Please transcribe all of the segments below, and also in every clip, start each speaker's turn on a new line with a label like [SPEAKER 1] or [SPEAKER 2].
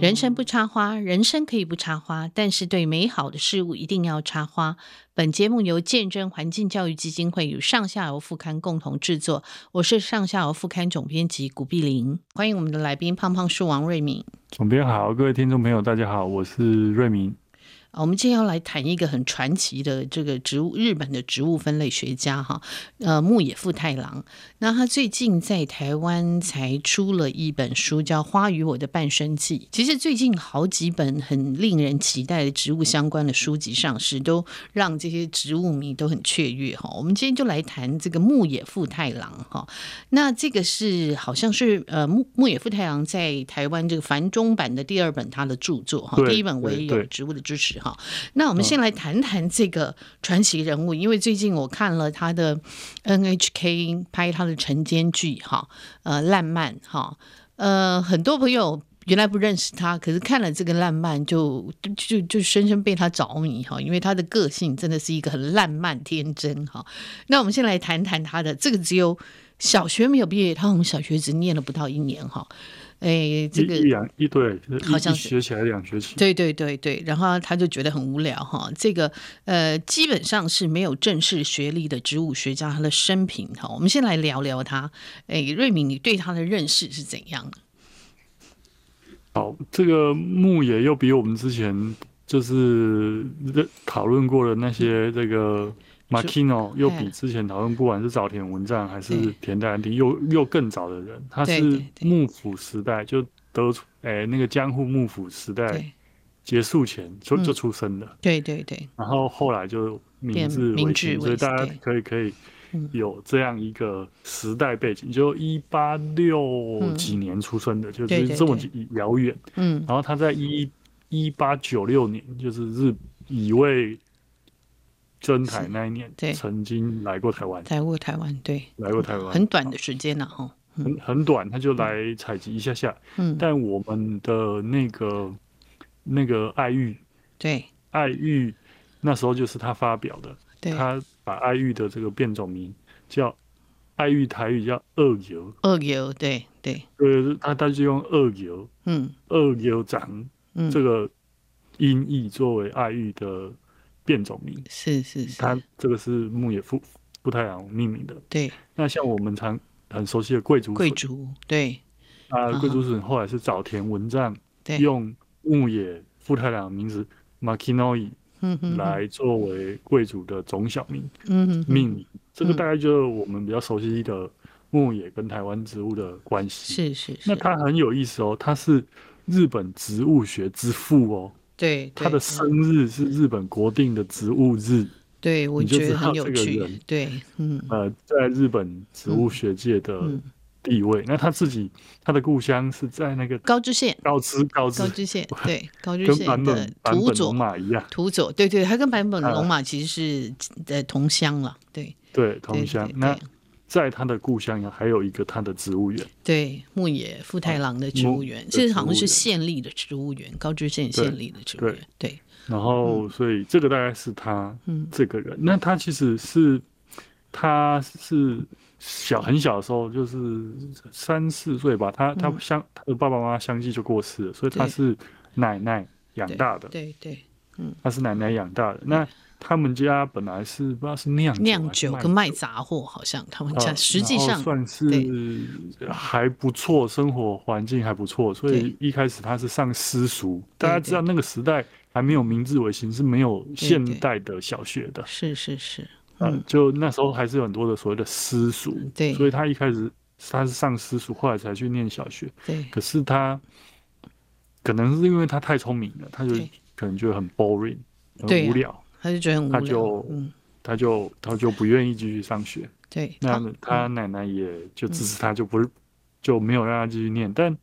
[SPEAKER 1] 人生不插花，人生可以不插花，但是对美好的事物一定要插花。本节目由见证环境教育基金会与上下游副刊共同制作，我是上下游副刊总编辑古碧玲，欢迎我们的来宾胖胖树王瑞敏。
[SPEAKER 2] 总编好，各位听众朋友，大家好，我是瑞明。
[SPEAKER 1] 啊，我们今天要来谈一个很传奇的这个植物，日本的植物分类学家哈，呃，木野富太郎。那他最近在台湾才出了一本书，叫《花与我的半生记》。其实最近好几本很令人期待的植物相关的书籍上市，都让这些植物迷都很雀跃哈。我们今天就来谈这个木野富太郎哈。那这个是好像是呃木木野富太郎在台湾这个繁中版的第二本他的著作哈，
[SPEAKER 2] 对
[SPEAKER 1] 第一本我也
[SPEAKER 2] 对嗯
[SPEAKER 1] 有
[SPEAKER 2] 对
[SPEAKER 1] 植物的支持哈。那我们先来谈谈这个传奇人物，因为最近我看了他的 NHK 拍他的晨间剧哈，呃，烂漫哈，呃，很多朋友。原来不认识他，可是看了这个烂漫就就就深深被他着迷哈，因为他的个性真的是一个很烂漫天真哈。那我们先来谈谈他的这个只有小学没有毕业，他我们小学只念了不到一年哈，哎，这个
[SPEAKER 2] 一一两一对，就是一
[SPEAKER 1] 好像
[SPEAKER 2] 一
[SPEAKER 1] 是
[SPEAKER 2] 学起来两学期。
[SPEAKER 1] 对对对对，然后他就觉得很无聊哈。这个呃，基本上是没有正式学历的植物学家，他的生平哈。我们先来聊聊他。哎，瑞敏，你对他的认识是怎样啊的？
[SPEAKER 2] 好，这个牧野又比我们之前就是讨论过的那
[SPEAKER 1] 嗯
[SPEAKER 2] 些这个 Makino 又比之前讨论，不管是早田文藏还是
[SPEAKER 1] 哎对
[SPEAKER 2] 田代町又又更早的人，他
[SPEAKER 1] 对
[SPEAKER 2] 是
[SPEAKER 1] 对对
[SPEAKER 2] 幕府时代就得出哎那个江户幕府时代
[SPEAKER 1] 对
[SPEAKER 2] 结束前就
[SPEAKER 1] 嗯
[SPEAKER 2] 就出生的。
[SPEAKER 1] 对对对，
[SPEAKER 2] 然后后来就明
[SPEAKER 1] 变
[SPEAKER 2] 治
[SPEAKER 1] 明
[SPEAKER 2] 维
[SPEAKER 1] 治
[SPEAKER 2] 新，
[SPEAKER 1] 维
[SPEAKER 2] 所以
[SPEAKER 1] 新
[SPEAKER 2] 大家
[SPEAKER 1] 对
[SPEAKER 2] 可以可以
[SPEAKER 1] 嗯
[SPEAKER 2] 有这样一个时代背景，就一八六
[SPEAKER 1] 嗯
[SPEAKER 2] 几年出生的，就
[SPEAKER 1] 对
[SPEAKER 2] 是
[SPEAKER 1] 对
[SPEAKER 2] 这么
[SPEAKER 1] 对
[SPEAKER 2] 遥远。
[SPEAKER 1] 嗯
[SPEAKER 2] 然后他在一一八九六年，就是日乙未征台
[SPEAKER 1] 是
[SPEAKER 2] 那一年
[SPEAKER 1] 对，
[SPEAKER 2] 曾经来过台湾，
[SPEAKER 1] 来过台湾，对，
[SPEAKER 2] 来过台湾，
[SPEAKER 1] 很短的时间了哈。
[SPEAKER 2] 很很短，他就来采集一下下。
[SPEAKER 1] 嗯，
[SPEAKER 2] 但我们的那个那个爱玉
[SPEAKER 1] 对
[SPEAKER 2] 爱玉，那时候就是他发表的。
[SPEAKER 1] 对，
[SPEAKER 2] 他把爱玉的这个变种名叫爱玉台语叫二油，
[SPEAKER 1] 二游，对对，
[SPEAKER 2] 呃，他他就用二油
[SPEAKER 1] 嗯
[SPEAKER 2] 二油长
[SPEAKER 1] 嗯，
[SPEAKER 2] 这个音译作为爱玉的变种名，
[SPEAKER 1] 是是是，
[SPEAKER 2] 他这个是牧野富富太郎命名的。
[SPEAKER 1] 对
[SPEAKER 2] 那像我们常很熟悉的贵族
[SPEAKER 1] 贵
[SPEAKER 2] 笋
[SPEAKER 1] 族，对
[SPEAKER 2] 啊
[SPEAKER 1] 嗯，
[SPEAKER 2] 贵族笋后来是早田文藏
[SPEAKER 1] 对，
[SPEAKER 2] 用牧野富太郎的名字 Makinoi
[SPEAKER 1] 嗯哼
[SPEAKER 2] 来作为贵族的种小名。
[SPEAKER 1] 嗯哼哼
[SPEAKER 2] 命名，这个大概就是我们比较熟悉的牧野跟台湾植物的关系。
[SPEAKER 1] 是是是，
[SPEAKER 2] 那它很有意思哦，它是日本植物学之父哦，
[SPEAKER 1] 对
[SPEAKER 2] 它的
[SPEAKER 1] 对
[SPEAKER 2] 生日是日本国定的植物日，
[SPEAKER 1] 对我
[SPEAKER 2] 你就
[SPEAKER 1] 觉
[SPEAKER 2] 知
[SPEAKER 1] 得很
[SPEAKER 2] 道
[SPEAKER 1] 有
[SPEAKER 2] 这个
[SPEAKER 1] 趣
[SPEAKER 2] 人，
[SPEAKER 1] 对，嗯
[SPEAKER 2] 呃，在日本植物学界的
[SPEAKER 1] 嗯，
[SPEAKER 2] 地位。那他自己，他的故乡是在那个
[SPEAKER 1] 高知县。
[SPEAKER 2] 高知高知
[SPEAKER 1] 高，知县对高知
[SPEAKER 2] 跟
[SPEAKER 1] 县
[SPEAKER 2] 版
[SPEAKER 1] 的
[SPEAKER 2] 本版
[SPEAKER 1] 土
[SPEAKER 2] 本龙
[SPEAKER 1] 佐
[SPEAKER 2] 马一样，
[SPEAKER 1] 土佐，对对，他跟版本
[SPEAKER 2] 啊
[SPEAKER 1] 龙马其实是呃同乡了，对
[SPEAKER 2] 对，
[SPEAKER 1] 对
[SPEAKER 2] 同乡
[SPEAKER 1] 对。
[SPEAKER 2] 那在他的故乡还有一个他的植物园，
[SPEAKER 1] 对牧野富太郎的植物园，
[SPEAKER 2] 啊的
[SPEAKER 1] 这
[SPEAKER 2] 植
[SPEAKER 1] 好像
[SPEAKER 2] 物
[SPEAKER 1] 是
[SPEAKER 2] 园
[SPEAKER 1] 县立的植物园，高知县县立的植物
[SPEAKER 2] 对
[SPEAKER 1] 园，对，
[SPEAKER 2] 然后所以这个大概是他
[SPEAKER 1] 嗯
[SPEAKER 2] 这个人，那他其实是他是小很小的时候，就是三四岁吧，他他
[SPEAKER 1] 嗯
[SPEAKER 2] 相、他的爸爸妈妈相继就过世了，所以
[SPEAKER 1] 对
[SPEAKER 2] 他是奶奶养
[SPEAKER 1] 对
[SPEAKER 2] 大的，
[SPEAKER 1] 对对，
[SPEAKER 2] 他是奶奶养大的。那他们家本来是不知道是酿
[SPEAKER 1] 酿
[SPEAKER 2] 酒
[SPEAKER 1] 酒
[SPEAKER 2] 还是
[SPEAKER 1] 跟卖杂货好像他们
[SPEAKER 2] 呃
[SPEAKER 1] 家实际
[SPEAKER 2] 然后
[SPEAKER 1] 上
[SPEAKER 2] 算是还不错，生活环境还不错，所以
[SPEAKER 1] 对
[SPEAKER 2] 一开始他是上私塾。
[SPEAKER 1] 对
[SPEAKER 2] 大家知道那个时代还没有明治维新，是没有现代的小学的，
[SPEAKER 1] 是是是，
[SPEAKER 2] 呃，就那时候还是有很多的所谓的私塾。
[SPEAKER 1] 嗯对
[SPEAKER 2] 所以他一开始他是上私塾，后来才去念小学。
[SPEAKER 1] 对
[SPEAKER 2] 可是他可能是因为他太聪明了，他就
[SPEAKER 1] 对
[SPEAKER 2] 可能觉得很 boring，
[SPEAKER 1] 对
[SPEAKER 2] 很
[SPEAKER 1] 啊
[SPEAKER 2] 无聊，
[SPEAKER 1] 他就觉得很无
[SPEAKER 2] 他
[SPEAKER 1] 聊
[SPEAKER 2] 就，
[SPEAKER 1] 嗯，
[SPEAKER 2] 他就他就不愿意继续上学。
[SPEAKER 1] 对，
[SPEAKER 2] 那
[SPEAKER 1] 他
[SPEAKER 2] 他奶奶也就
[SPEAKER 1] 嗯
[SPEAKER 2] 支持他，就不是就没有让他继续念。但，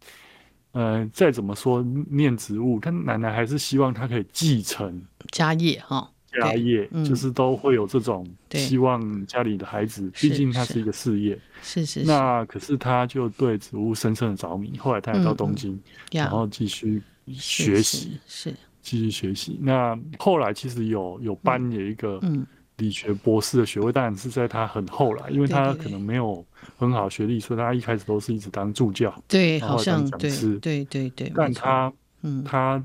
[SPEAKER 2] 呃，再怎么说念植物，他奶奶还是希望他可以继承
[SPEAKER 1] 家业哈，
[SPEAKER 2] 家业，
[SPEAKER 1] 嗯
[SPEAKER 2] 就是都会有这种
[SPEAKER 1] 对
[SPEAKER 2] 希望家里的孩子，
[SPEAKER 1] 是
[SPEAKER 2] 毕竟他
[SPEAKER 1] 是
[SPEAKER 2] 是一个事业。
[SPEAKER 1] 是是是
[SPEAKER 2] 那可是他就对植物深深的着迷，后来他也到
[SPEAKER 1] 嗯
[SPEAKER 2] 东
[SPEAKER 1] 嗯
[SPEAKER 2] 京，
[SPEAKER 1] 呀
[SPEAKER 2] 然，后继续
[SPEAKER 1] 是
[SPEAKER 2] 学
[SPEAKER 1] 是
[SPEAKER 2] 习，
[SPEAKER 1] 是，
[SPEAKER 2] 继续学习。那后来其实有有颁有一个
[SPEAKER 1] 嗯，
[SPEAKER 2] 理学博士的学位，当然是在他很后来，因为
[SPEAKER 1] 对
[SPEAKER 2] 他
[SPEAKER 1] 对对
[SPEAKER 2] 可能没有很好学历，所以他一开始都是一直当助教。
[SPEAKER 1] 对，
[SPEAKER 2] 然
[SPEAKER 1] 好
[SPEAKER 2] 后当
[SPEAKER 1] 像
[SPEAKER 2] 讲
[SPEAKER 1] 对
[SPEAKER 2] 师
[SPEAKER 1] 对对对，没
[SPEAKER 2] 但
[SPEAKER 1] 错
[SPEAKER 2] 他
[SPEAKER 1] 嗯
[SPEAKER 2] 他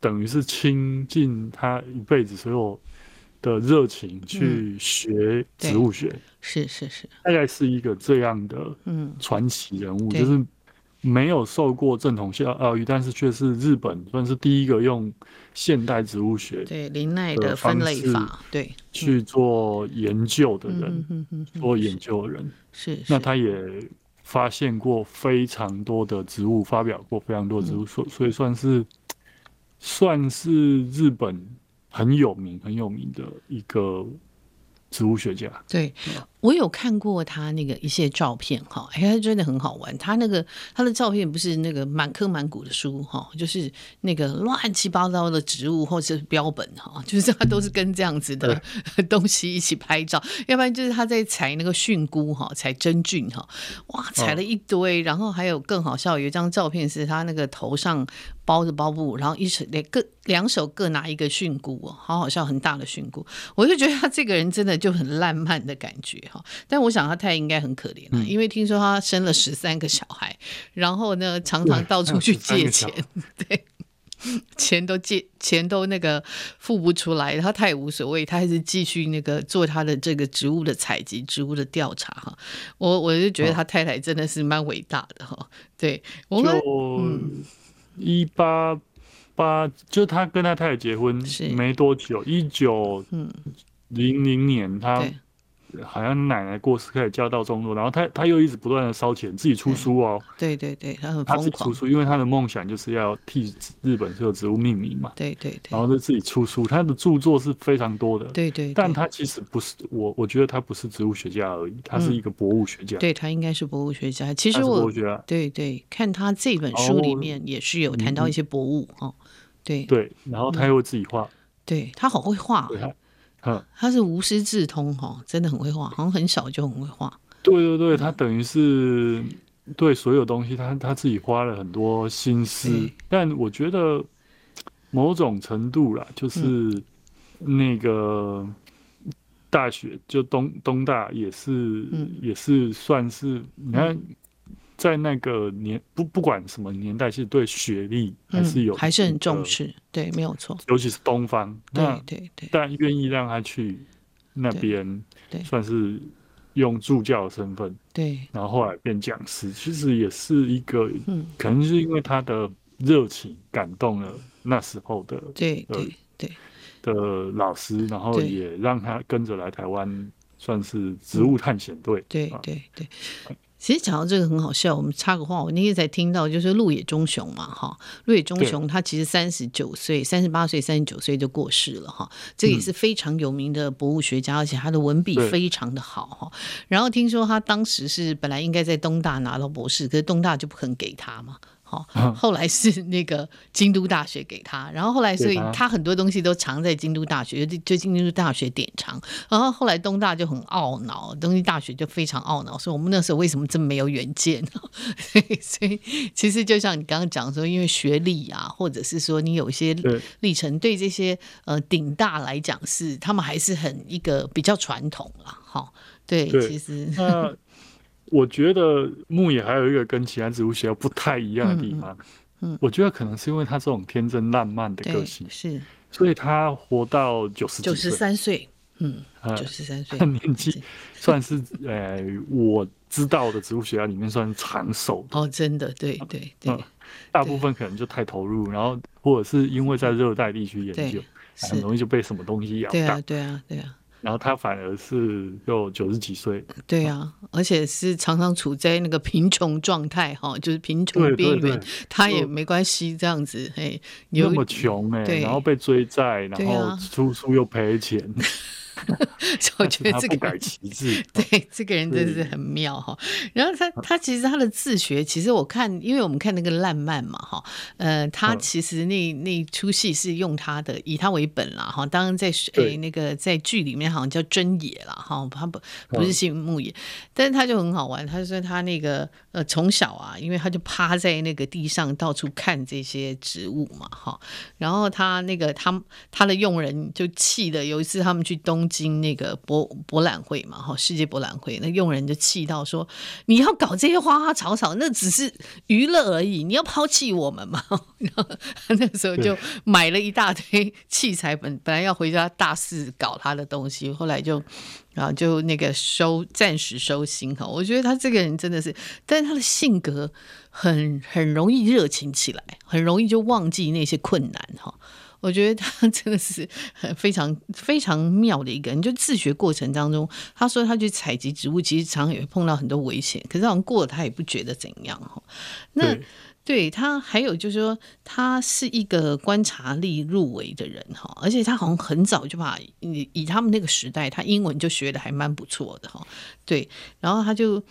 [SPEAKER 2] 等于是倾尽他一辈子所有的热情
[SPEAKER 1] 嗯
[SPEAKER 2] 去学植物学，
[SPEAKER 1] 是是是，
[SPEAKER 2] 大概是一个这样的
[SPEAKER 1] 嗯
[SPEAKER 2] 传奇人物，
[SPEAKER 1] 对
[SPEAKER 2] 就是没有受过正统教教育，但是却是日本算是第一个用现代植物学
[SPEAKER 1] 对，林奈
[SPEAKER 2] 的
[SPEAKER 1] 的分
[SPEAKER 2] 方
[SPEAKER 1] 类
[SPEAKER 2] 式
[SPEAKER 1] 法，对，
[SPEAKER 2] 去做研究的人，
[SPEAKER 1] 嗯嗯嗯嗯，
[SPEAKER 2] 做研究的人。
[SPEAKER 1] 是是，
[SPEAKER 2] 那他也发现过非常多的植物，发表过非常多的
[SPEAKER 1] 嗯
[SPEAKER 2] 植物，所、所以算是算是日本很有名很有名的一个植物学家。
[SPEAKER 1] 对，
[SPEAKER 2] 嗯
[SPEAKER 1] 我有看过他那个一些照片哈，哎，他真的很好玩。他那个他的照片不是那个满坑满谷的书哈，就是那个乱七八糟的植物或者是标本哈，就是他都是跟这样子的 东西一起拍照，要不然就是他在采那个菌菇哈，采真菌哈，哇，采
[SPEAKER 2] 嗯
[SPEAKER 1] 了一堆，然后还有更好笑，有一张照片是他那个头上包着包布，然后一手两各两手各拿一个菌菇哦，好好笑，很大的菌菇，我就觉得他这个人真的就很烂漫的感觉哈。但我想他太应该很可怜了，
[SPEAKER 2] 嗯
[SPEAKER 1] 因为听说他生了十三个小孩，然后呢常常
[SPEAKER 2] 对
[SPEAKER 1] 到
[SPEAKER 2] 还
[SPEAKER 1] 处
[SPEAKER 2] 有
[SPEAKER 1] 去
[SPEAKER 2] 13
[SPEAKER 1] 借
[SPEAKER 2] 个小
[SPEAKER 1] 钱
[SPEAKER 2] 孩，
[SPEAKER 1] 对。钱都借，钱都那个付不出来，他他也无所谓，他还是继续那个做他的这个植物的采集、植物的调查哈。我我就
[SPEAKER 2] 嗯
[SPEAKER 1] 觉得他太太真的是蛮伟大的哈。对我们
[SPEAKER 2] 嗯就一八八，就他跟他太太结婚
[SPEAKER 1] 是
[SPEAKER 2] 没多久，一九
[SPEAKER 1] 嗯
[SPEAKER 2] 零零年他
[SPEAKER 1] 对
[SPEAKER 2] 好像奶奶过世开始家道中落，然后他他又一直不断的烧钱，自己出书哦，
[SPEAKER 1] 对对对，他很
[SPEAKER 2] 他自
[SPEAKER 1] 疯
[SPEAKER 2] 己出
[SPEAKER 1] 狂，
[SPEAKER 2] 书，因为他的梦想就是要替日本所有植物命名嘛，
[SPEAKER 1] 对对
[SPEAKER 2] 然
[SPEAKER 1] 对
[SPEAKER 2] 后就自己出书，他的著作是非常多的，
[SPEAKER 1] 对对，
[SPEAKER 2] 但
[SPEAKER 1] 对
[SPEAKER 2] 他其实不是我，我觉得他不是植物学家而已，他是一个博物学家，
[SPEAKER 1] 对他应该是博物学家。其
[SPEAKER 2] 他
[SPEAKER 1] 实
[SPEAKER 2] 是博
[SPEAKER 1] 我
[SPEAKER 2] 物学家，
[SPEAKER 1] 对对看他这本书里
[SPEAKER 2] 哦
[SPEAKER 1] 面也是有谈到一些博物哦，对
[SPEAKER 2] 嗯对，然后
[SPEAKER 1] 嗯
[SPEAKER 2] 他又自己画，
[SPEAKER 1] 对，他好会画
[SPEAKER 2] 对
[SPEAKER 1] 哦，
[SPEAKER 2] 他，嗯，
[SPEAKER 1] 他是无师自通哦，真的很会画，好像很小就很会画。
[SPEAKER 2] 对对对，他等于是对所有东西他他自己花了很多心思
[SPEAKER 1] 对，
[SPEAKER 2] 但我觉得某种程度啦，
[SPEAKER 1] 嗯
[SPEAKER 2] 就是那个大学就东东大也是
[SPEAKER 1] 嗯
[SPEAKER 2] 也是算是你看。在那个年不不管什么年代，其实对学历还是有、
[SPEAKER 1] 嗯、还是很重，视，对，没有错，
[SPEAKER 2] 尤其是东方。那
[SPEAKER 1] 对对对
[SPEAKER 2] 但愿意让他去那
[SPEAKER 1] 对
[SPEAKER 2] 边
[SPEAKER 1] 对，
[SPEAKER 2] 算是用助教的身份，
[SPEAKER 1] 对，
[SPEAKER 2] 然后后来变讲师，其实也是一个，
[SPEAKER 1] 嗯，
[SPEAKER 2] 可能是因为他的热情感动了那时候的
[SPEAKER 1] 对
[SPEAKER 2] 呃
[SPEAKER 1] 对对
[SPEAKER 2] 的老师，然后
[SPEAKER 1] 对嗯
[SPEAKER 2] 也让他跟着来台湾，算是植物探险队。
[SPEAKER 1] 对
[SPEAKER 2] 啊
[SPEAKER 1] 对对。其实讲到这个很好笑，我们插个话，我那天才听到，就是鹿野忠雄嘛，哈，鹿野忠雄他其实三十九岁、三十八岁、三十九岁就过世了哈，这个也是非常有名的博物学家，而且他的文笔
[SPEAKER 2] 嗯对
[SPEAKER 1] 非常的好哈。然后听说他当时是本来应该在东大拿到博士，可是东大就不肯给他嘛。好，
[SPEAKER 2] 啊
[SPEAKER 1] 后来是那个京都大学给他，然后后来所以
[SPEAKER 2] 给他
[SPEAKER 1] 他很多东西都藏在京都大学，就就京都大学典藏，然后后来东大就很懊恼，东京大学就非常懊恼，说我们那时候为什么这么没有远见？ 所以其实就像你刚刚讲说，因为学历啊，或者是说你有一些
[SPEAKER 2] 对
[SPEAKER 1] 历程，对这些呃顶大来讲是他们还是很一个比较传统啦，哈。对，
[SPEAKER 2] 对
[SPEAKER 1] 其实
[SPEAKER 2] 那我觉得牧野还有一个跟其他植物学家不太一样的地方，
[SPEAKER 1] 嗯嗯
[SPEAKER 2] 我觉得可能是因为他这种天真烂漫的
[SPEAKER 1] 对
[SPEAKER 2] 个性，
[SPEAKER 1] 是
[SPEAKER 2] 所以他活到九十
[SPEAKER 1] 九
[SPEAKER 2] 几
[SPEAKER 1] 十
[SPEAKER 2] 岁，
[SPEAKER 1] 三岁，嗯，
[SPEAKER 2] 呃
[SPEAKER 1] 九十 三岁
[SPEAKER 2] 他，年纪算是呃我知道的植物学家里面算是长寿的，
[SPEAKER 1] 哦，真的，对对对
[SPEAKER 2] 嗯，大部分可能就太投入，然后或者是因为在热带地区研究哎
[SPEAKER 1] 对，
[SPEAKER 2] 很
[SPEAKER 1] 是，
[SPEAKER 2] 容易就被什么东西咬
[SPEAKER 1] 对啊，
[SPEAKER 2] 到，
[SPEAKER 1] 对啊，对啊。
[SPEAKER 2] 然后他反而是又九十几岁，
[SPEAKER 1] 对啊，而且是常常处在那个贫穷状态哈， 就是贫穷
[SPEAKER 2] 对
[SPEAKER 1] 边
[SPEAKER 2] 对
[SPEAKER 1] 缘
[SPEAKER 2] 对，，
[SPEAKER 1] 他
[SPEAKER 2] 就
[SPEAKER 1] 也没关系这样子，嘿，
[SPEAKER 2] 那
[SPEAKER 1] 有
[SPEAKER 2] 么穷哎、
[SPEAKER 1] 对
[SPEAKER 2] 然后被追债，然
[SPEAKER 1] 对啊
[SPEAKER 2] 后出书又赔钱，
[SPEAKER 1] 我
[SPEAKER 2] 但
[SPEAKER 1] 觉得
[SPEAKER 2] 是 他
[SPEAKER 1] 这
[SPEAKER 2] 不
[SPEAKER 1] 个
[SPEAKER 2] 改其志。
[SPEAKER 1] 对，这个人真是很妙哈。然后他他其实他的自学，其实我看，因为我们看那个烂漫嘛哈，呃，他
[SPEAKER 2] 嗯
[SPEAKER 1] 其实那那一出戏是用他的以他为本啦哈。当然在诶、
[SPEAKER 2] 对
[SPEAKER 1] 那个在剧里面好像叫真野啦哈，他不不
[SPEAKER 2] 嗯
[SPEAKER 1] 是姓木野，但是他就很好玩，他说他那个呃从小啊，因为他就趴在那个地上到处看这些植物嘛哈，然后他那个他他的佣人就气的，有一次他们去东京那个博博览会嘛，哈，世界博览会，那用人就气到说，你要搞这些花花草草，那只是娱乐而已，你要抛弃我们嘛？ 然后那个时候就买了一大堆器材，本本来要回家大肆搞他的东西，后来就。啊，就那个收暂时收心哈，我觉得他这个人真的是，但是他的性格很很容易热情起来，很容易就忘记那些困难哈。我觉得他真的是很非常非常妙的一个人。就自学过程当中，他说他去采集植物，其实常常也会碰到很多危险，可是好像过了他也不觉得怎样哈。 那对他还有就是说，他是一个观察力入围的人哈，而且他好像很早就把以以他们那个时代，他英文就学的还蛮不错的哈。对，然后他就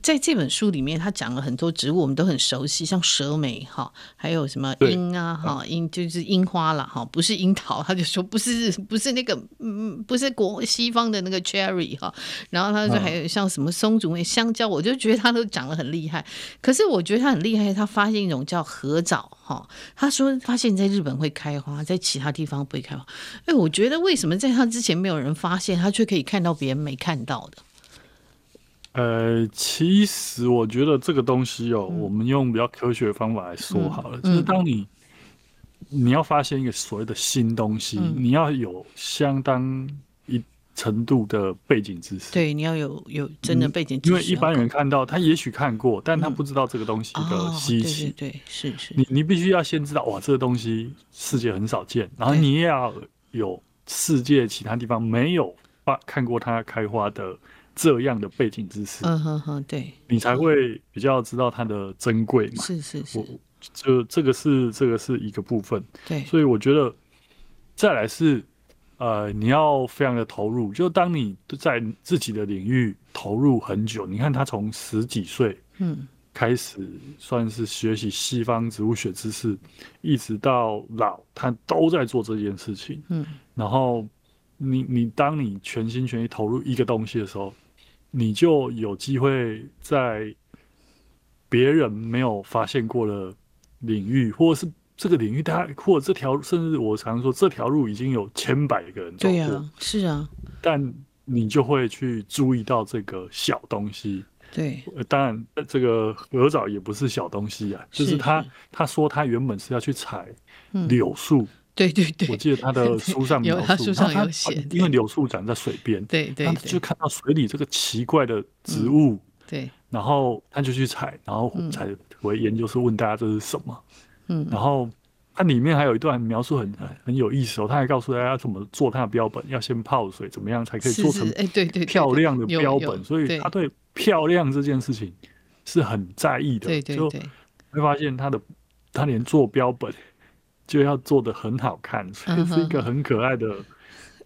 [SPEAKER 1] 在这本书里面，他讲了很多植物，我们都很熟悉，像蛇莓哈，还有什么
[SPEAKER 2] 对嗯
[SPEAKER 1] 樱啊哈，樱就是樱花啦哈，不是樱桃，他就说不是不是那个嗯不是国西方的那个 cherry 哈，然后他就说
[SPEAKER 2] 嗯
[SPEAKER 1] 还有像什么松竹梅、香蕉，我就觉得他都讲的很厉害。可是我觉得他很厉害，他发现一种叫合藻哈、他说发现在日本会开花，在其他地方不会开花。哎，我觉得为什么在他之前没有人发现，他却可以看到别人没看到的？
[SPEAKER 2] 呃，其实我觉得这个东西哦，
[SPEAKER 1] 嗯
[SPEAKER 2] 我们用比较科学的方法来说好了，就是当你你要发现一个所谓的新东西，
[SPEAKER 1] 嗯
[SPEAKER 2] 你要有相当一程度的背景知识。
[SPEAKER 1] 对，你要有有真的背景知识
[SPEAKER 2] 嗯
[SPEAKER 1] 要
[SPEAKER 2] 因为
[SPEAKER 1] 够，
[SPEAKER 2] 一般人看到，他也许看过，但他不知道这个东西的
[SPEAKER 1] 哦，
[SPEAKER 2] 稀
[SPEAKER 1] 对
[SPEAKER 2] 奇。
[SPEAKER 1] 对对，是是，
[SPEAKER 2] 你你必须要先知道，哇，这个东西世界很少见，然后
[SPEAKER 1] 对
[SPEAKER 2] 你也要有世界其他地方没有发看过它开花的这样的背景知识，
[SPEAKER 1] 嗯哼哼，对，
[SPEAKER 2] 你才会比较知道它的珍贵嘛。
[SPEAKER 1] 是是是
[SPEAKER 2] 我，这这个是这个是一个部分，
[SPEAKER 1] 对，
[SPEAKER 2] 所以我觉得再来是呃，你要非常的投入，就当你在自己的领域投入很久，你看他从十几岁
[SPEAKER 1] 嗯
[SPEAKER 2] 开始算是学习西方植物学知识，一直到老，他都在做这件事情。
[SPEAKER 1] 嗯
[SPEAKER 2] 然后你你当你全心全意投入一个东西的时候，你就有机会在别人没有发现过的领域，或是这个领域大家或者这条，甚至我常说这条路已经有千百个人走
[SPEAKER 1] 对呀、
[SPEAKER 2] 过，
[SPEAKER 1] 啊，是啊，
[SPEAKER 2] 但你就会去注意到这个小东西。
[SPEAKER 1] 对，
[SPEAKER 2] 呃，当然，呃这个鹅藻也不是小东西啊，就是是他
[SPEAKER 1] 是
[SPEAKER 2] 他说他原本是要去采
[SPEAKER 1] 嗯
[SPEAKER 2] 柳树，
[SPEAKER 1] 对对
[SPEAKER 2] 我
[SPEAKER 1] 对
[SPEAKER 2] 记得他的书上
[SPEAKER 1] 有
[SPEAKER 2] 描
[SPEAKER 1] 他
[SPEAKER 2] 述，
[SPEAKER 1] 书上
[SPEAKER 2] 那他
[SPEAKER 1] 有写
[SPEAKER 2] 他
[SPEAKER 1] 对
[SPEAKER 2] 因为柳树长在水边，
[SPEAKER 1] 对对
[SPEAKER 2] 他就
[SPEAKER 1] 对
[SPEAKER 2] 看到水里这个奇怪的植物，
[SPEAKER 1] 对，
[SPEAKER 2] 然后他就去采，然后
[SPEAKER 1] 嗯
[SPEAKER 2] 采回研究室问大家这是什么，
[SPEAKER 1] 嗯
[SPEAKER 2] 然后它里面还有一段描述很很有意思哦，他还告诉大家怎么做它的标本，要先泡水，怎么样才可以
[SPEAKER 1] 是
[SPEAKER 2] 做
[SPEAKER 1] 是
[SPEAKER 2] 成
[SPEAKER 1] 哎对对对
[SPEAKER 2] 漂
[SPEAKER 1] 对
[SPEAKER 2] 亮的
[SPEAKER 1] 有
[SPEAKER 2] 标
[SPEAKER 1] 有
[SPEAKER 2] 本，所以
[SPEAKER 1] 对
[SPEAKER 2] 他对漂亮这件事情是很在意的，
[SPEAKER 1] 对对
[SPEAKER 2] 就
[SPEAKER 1] 对，
[SPEAKER 2] 会发现他的他连做标本就要做的很好看，所以
[SPEAKER 1] 嗯
[SPEAKER 2] 是
[SPEAKER 1] 哼
[SPEAKER 2] 一个很可爱的。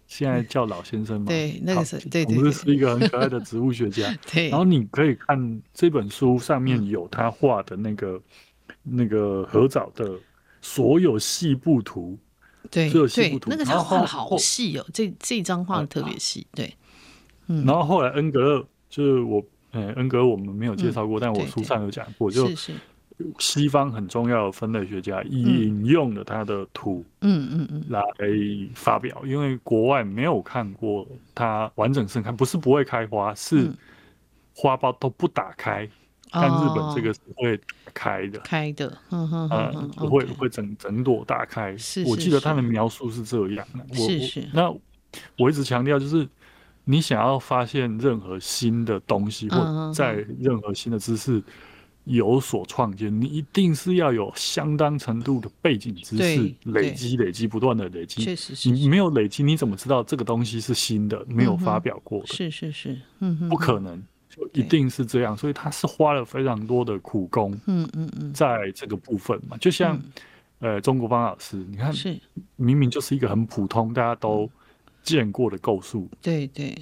[SPEAKER 2] 现在叫老先生嘛，
[SPEAKER 1] 对那个
[SPEAKER 2] 好
[SPEAKER 1] 是对
[SPEAKER 2] 我
[SPEAKER 1] 对
[SPEAKER 2] 们
[SPEAKER 1] 对
[SPEAKER 2] 是一个很 可爱的植物学家。
[SPEAKER 1] 对，嗯
[SPEAKER 2] 然后你可以看这本书上面有他画的那个、那个合藻的所有细部图，
[SPEAKER 1] 对
[SPEAKER 2] 所有细
[SPEAKER 1] 对
[SPEAKER 2] 部，图
[SPEAKER 1] 那个
[SPEAKER 2] 然
[SPEAKER 1] 他
[SPEAKER 2] 后
[SPEAKER 1] 画的
[SPEAKER 2] 后呃
[SPEAKER 1] 好细哦，这这张画的特别细，对，嗯
[SPEAKER 2] 然后后来恩格勒就是我，呃，恩格勒我们没有介绍过，但
[SPEAKER 1] 嗯
[SPEAKER 2] 我
[SPEAKER 1] 对
[SPEAKER 2] 书
[SPEAKER 1] 对
[SPEAKER 2] 上有讲过，就是
[SPEAKER 1] 是，
[SPEAKER 2] 西方很重要的分类学家引用了他的图
[SPEAKER 1] 嗯嗯嗯，
[SPEAKER 2] 来发表，因为国外没有看过他完整盛开，不是不会开花，是
[SPEAKER 1] 嗯
[SPEAKER 2] 花苞都不打开，但日本这个是会打开的
[SPEAKER 1] 哦。开的，嗯哼
[SPEAKER 2] 呃
[SPEAKER 1] 哼，哼，
[SPEAKER 2] 会
[SPEAKER 1] OK
[SPEAKER 2] 会整整朵大开。
[SPEAKER 1] 是
[SPEAKER 2] 我
[SPEAKER 1] 是
[SPEAKER 2] 记得
[SPEAKER 1] 是
[SPEAKER 2] 他的描述是这样的。我
[SPEAKER 1] 是
[SPEAKER 2] 我
[SPEAKER 1] 是
[SPEAKER 2] 那我一直强调就是，你想要发现任何新的东西，
[SPEAKER 1] 嗯嗯
[SPEAKER 2] 或
[SPEAKER 1] 嗯
[SPEAKER 2] 在任何新的知识有所创建，你一定是要有相当程度的背景知识
[SPEAKER 1] 对对
[SPEAKER 2] 累积、累积、不断的累积
[SPEAKER 1] 确。实是
[SPEAKER 2] 你没有累积，你怎么知道这个东西是新的、没有
[SPEAKER 1] 嗯哼
[SPEAKER 2] 发表过的？
[SPEAKER 1] 是是是，嗯哼，
[SPEAKER 2] 不可能，就一
[SPEAKER 1] 对
[SPEAKER 2] 定是这样。所以他是花了非常多的苦功。
[SPEAKER 1] 嗯嗯嗯，
[SPEAKER 2] 在这个部分嘛，就像、呃中国方老师，你看
[SPEAKER 1] 是嗯
[SPEAKER 2] 明明就是一个很普通大家都见过的构数，
[SPEAKER 1] 对对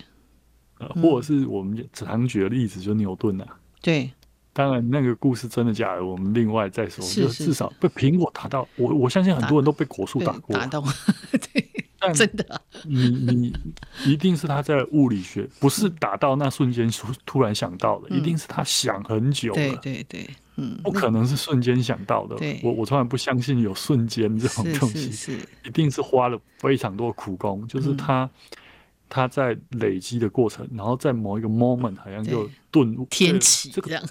[SPEAKER 2] 呃，或者
[SPEAKER 1] 嗯
[SPEAKER 2] 是我们常举的例子就是牛顿啊。
[SPEAKER 1] 对，
[SPEAKER 2] 当然，那个故事真的假的，我们另外再说。
[SPEAKER 1] 是
[SPEAKER 2] 就是至少被苹果打到，我我相信很多人都被果树
[SPEAKER 1] 被
[SPEAKER 2] 打过，
[SPEAKER 1] 打动， 对，
[SPEAKER 2] 但
[SPEAKER 1] 真的啊，
[SPEAKER 2] 你你一定是他在物理学，不是打到那瞬间突突然想到的，一定是他想很久
[SPEAKER 1] 嗯对
[SPEAKER 2] 了，
[SPEAKER 1] 对对，嗯，
[SPEAKER 2] 不可能是瞬间想到的
[SPEAKER 1] 对。
[SPEAKER 2] 我我从来不相信有瞬间这种
[SPEAKER 1] 是
[SPEAKER 2] 东
[SPEAKER 1] 是
[SPEAKER 2] 西。
[SPEAKER 1] 是，
[SPEAKER 2] 一定是花了非常多的苦功，就是
[SPEAKER 1] 嗯
[SPEAKER 2] 他、它在累积的过程，然后在某一个 moment 好像就顿悟
[SPEAKER 1] 天
[SPEAKER 2] 对
[SPEAKER 1] 启
[SPEAKER 2] 这
[SPEAKER 1] 这
[SPEAKER 2] 个
[SPEAKER 1] 样，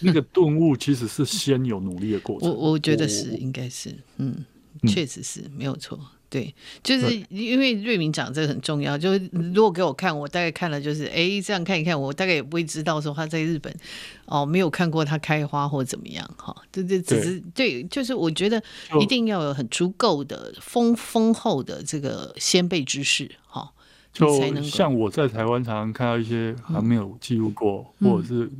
[SPEAKER 2] 那个顿悟其实是先有努力的过程。
[SPEAKER 1] 我我觉得
[SPEAKER 2] 我
[SPEAKER 1] 是，应该是，嗯，
[SPEAKER 2] 嗯
[SPEAKER 1] 确实是没有错。对，就是因为瑞明讲这个很重要，就是如果给我看，我大概看了就是，哎，这样看一看，我大概也不会知道说他在日本哦，没有看过他开花或怎么样哈。对对，只是对，就是我觉得
[SPEAKER 2] 就
[SPEAKER 1] 一定要有很足够的丰丰厚的这个先辈知识哈，你才
[SPEAKER 2] 就
[SPEAKER 1] 能够嗯
[SPEAKER 2] 像我在台湾常常看到一些还没有记录过，或者是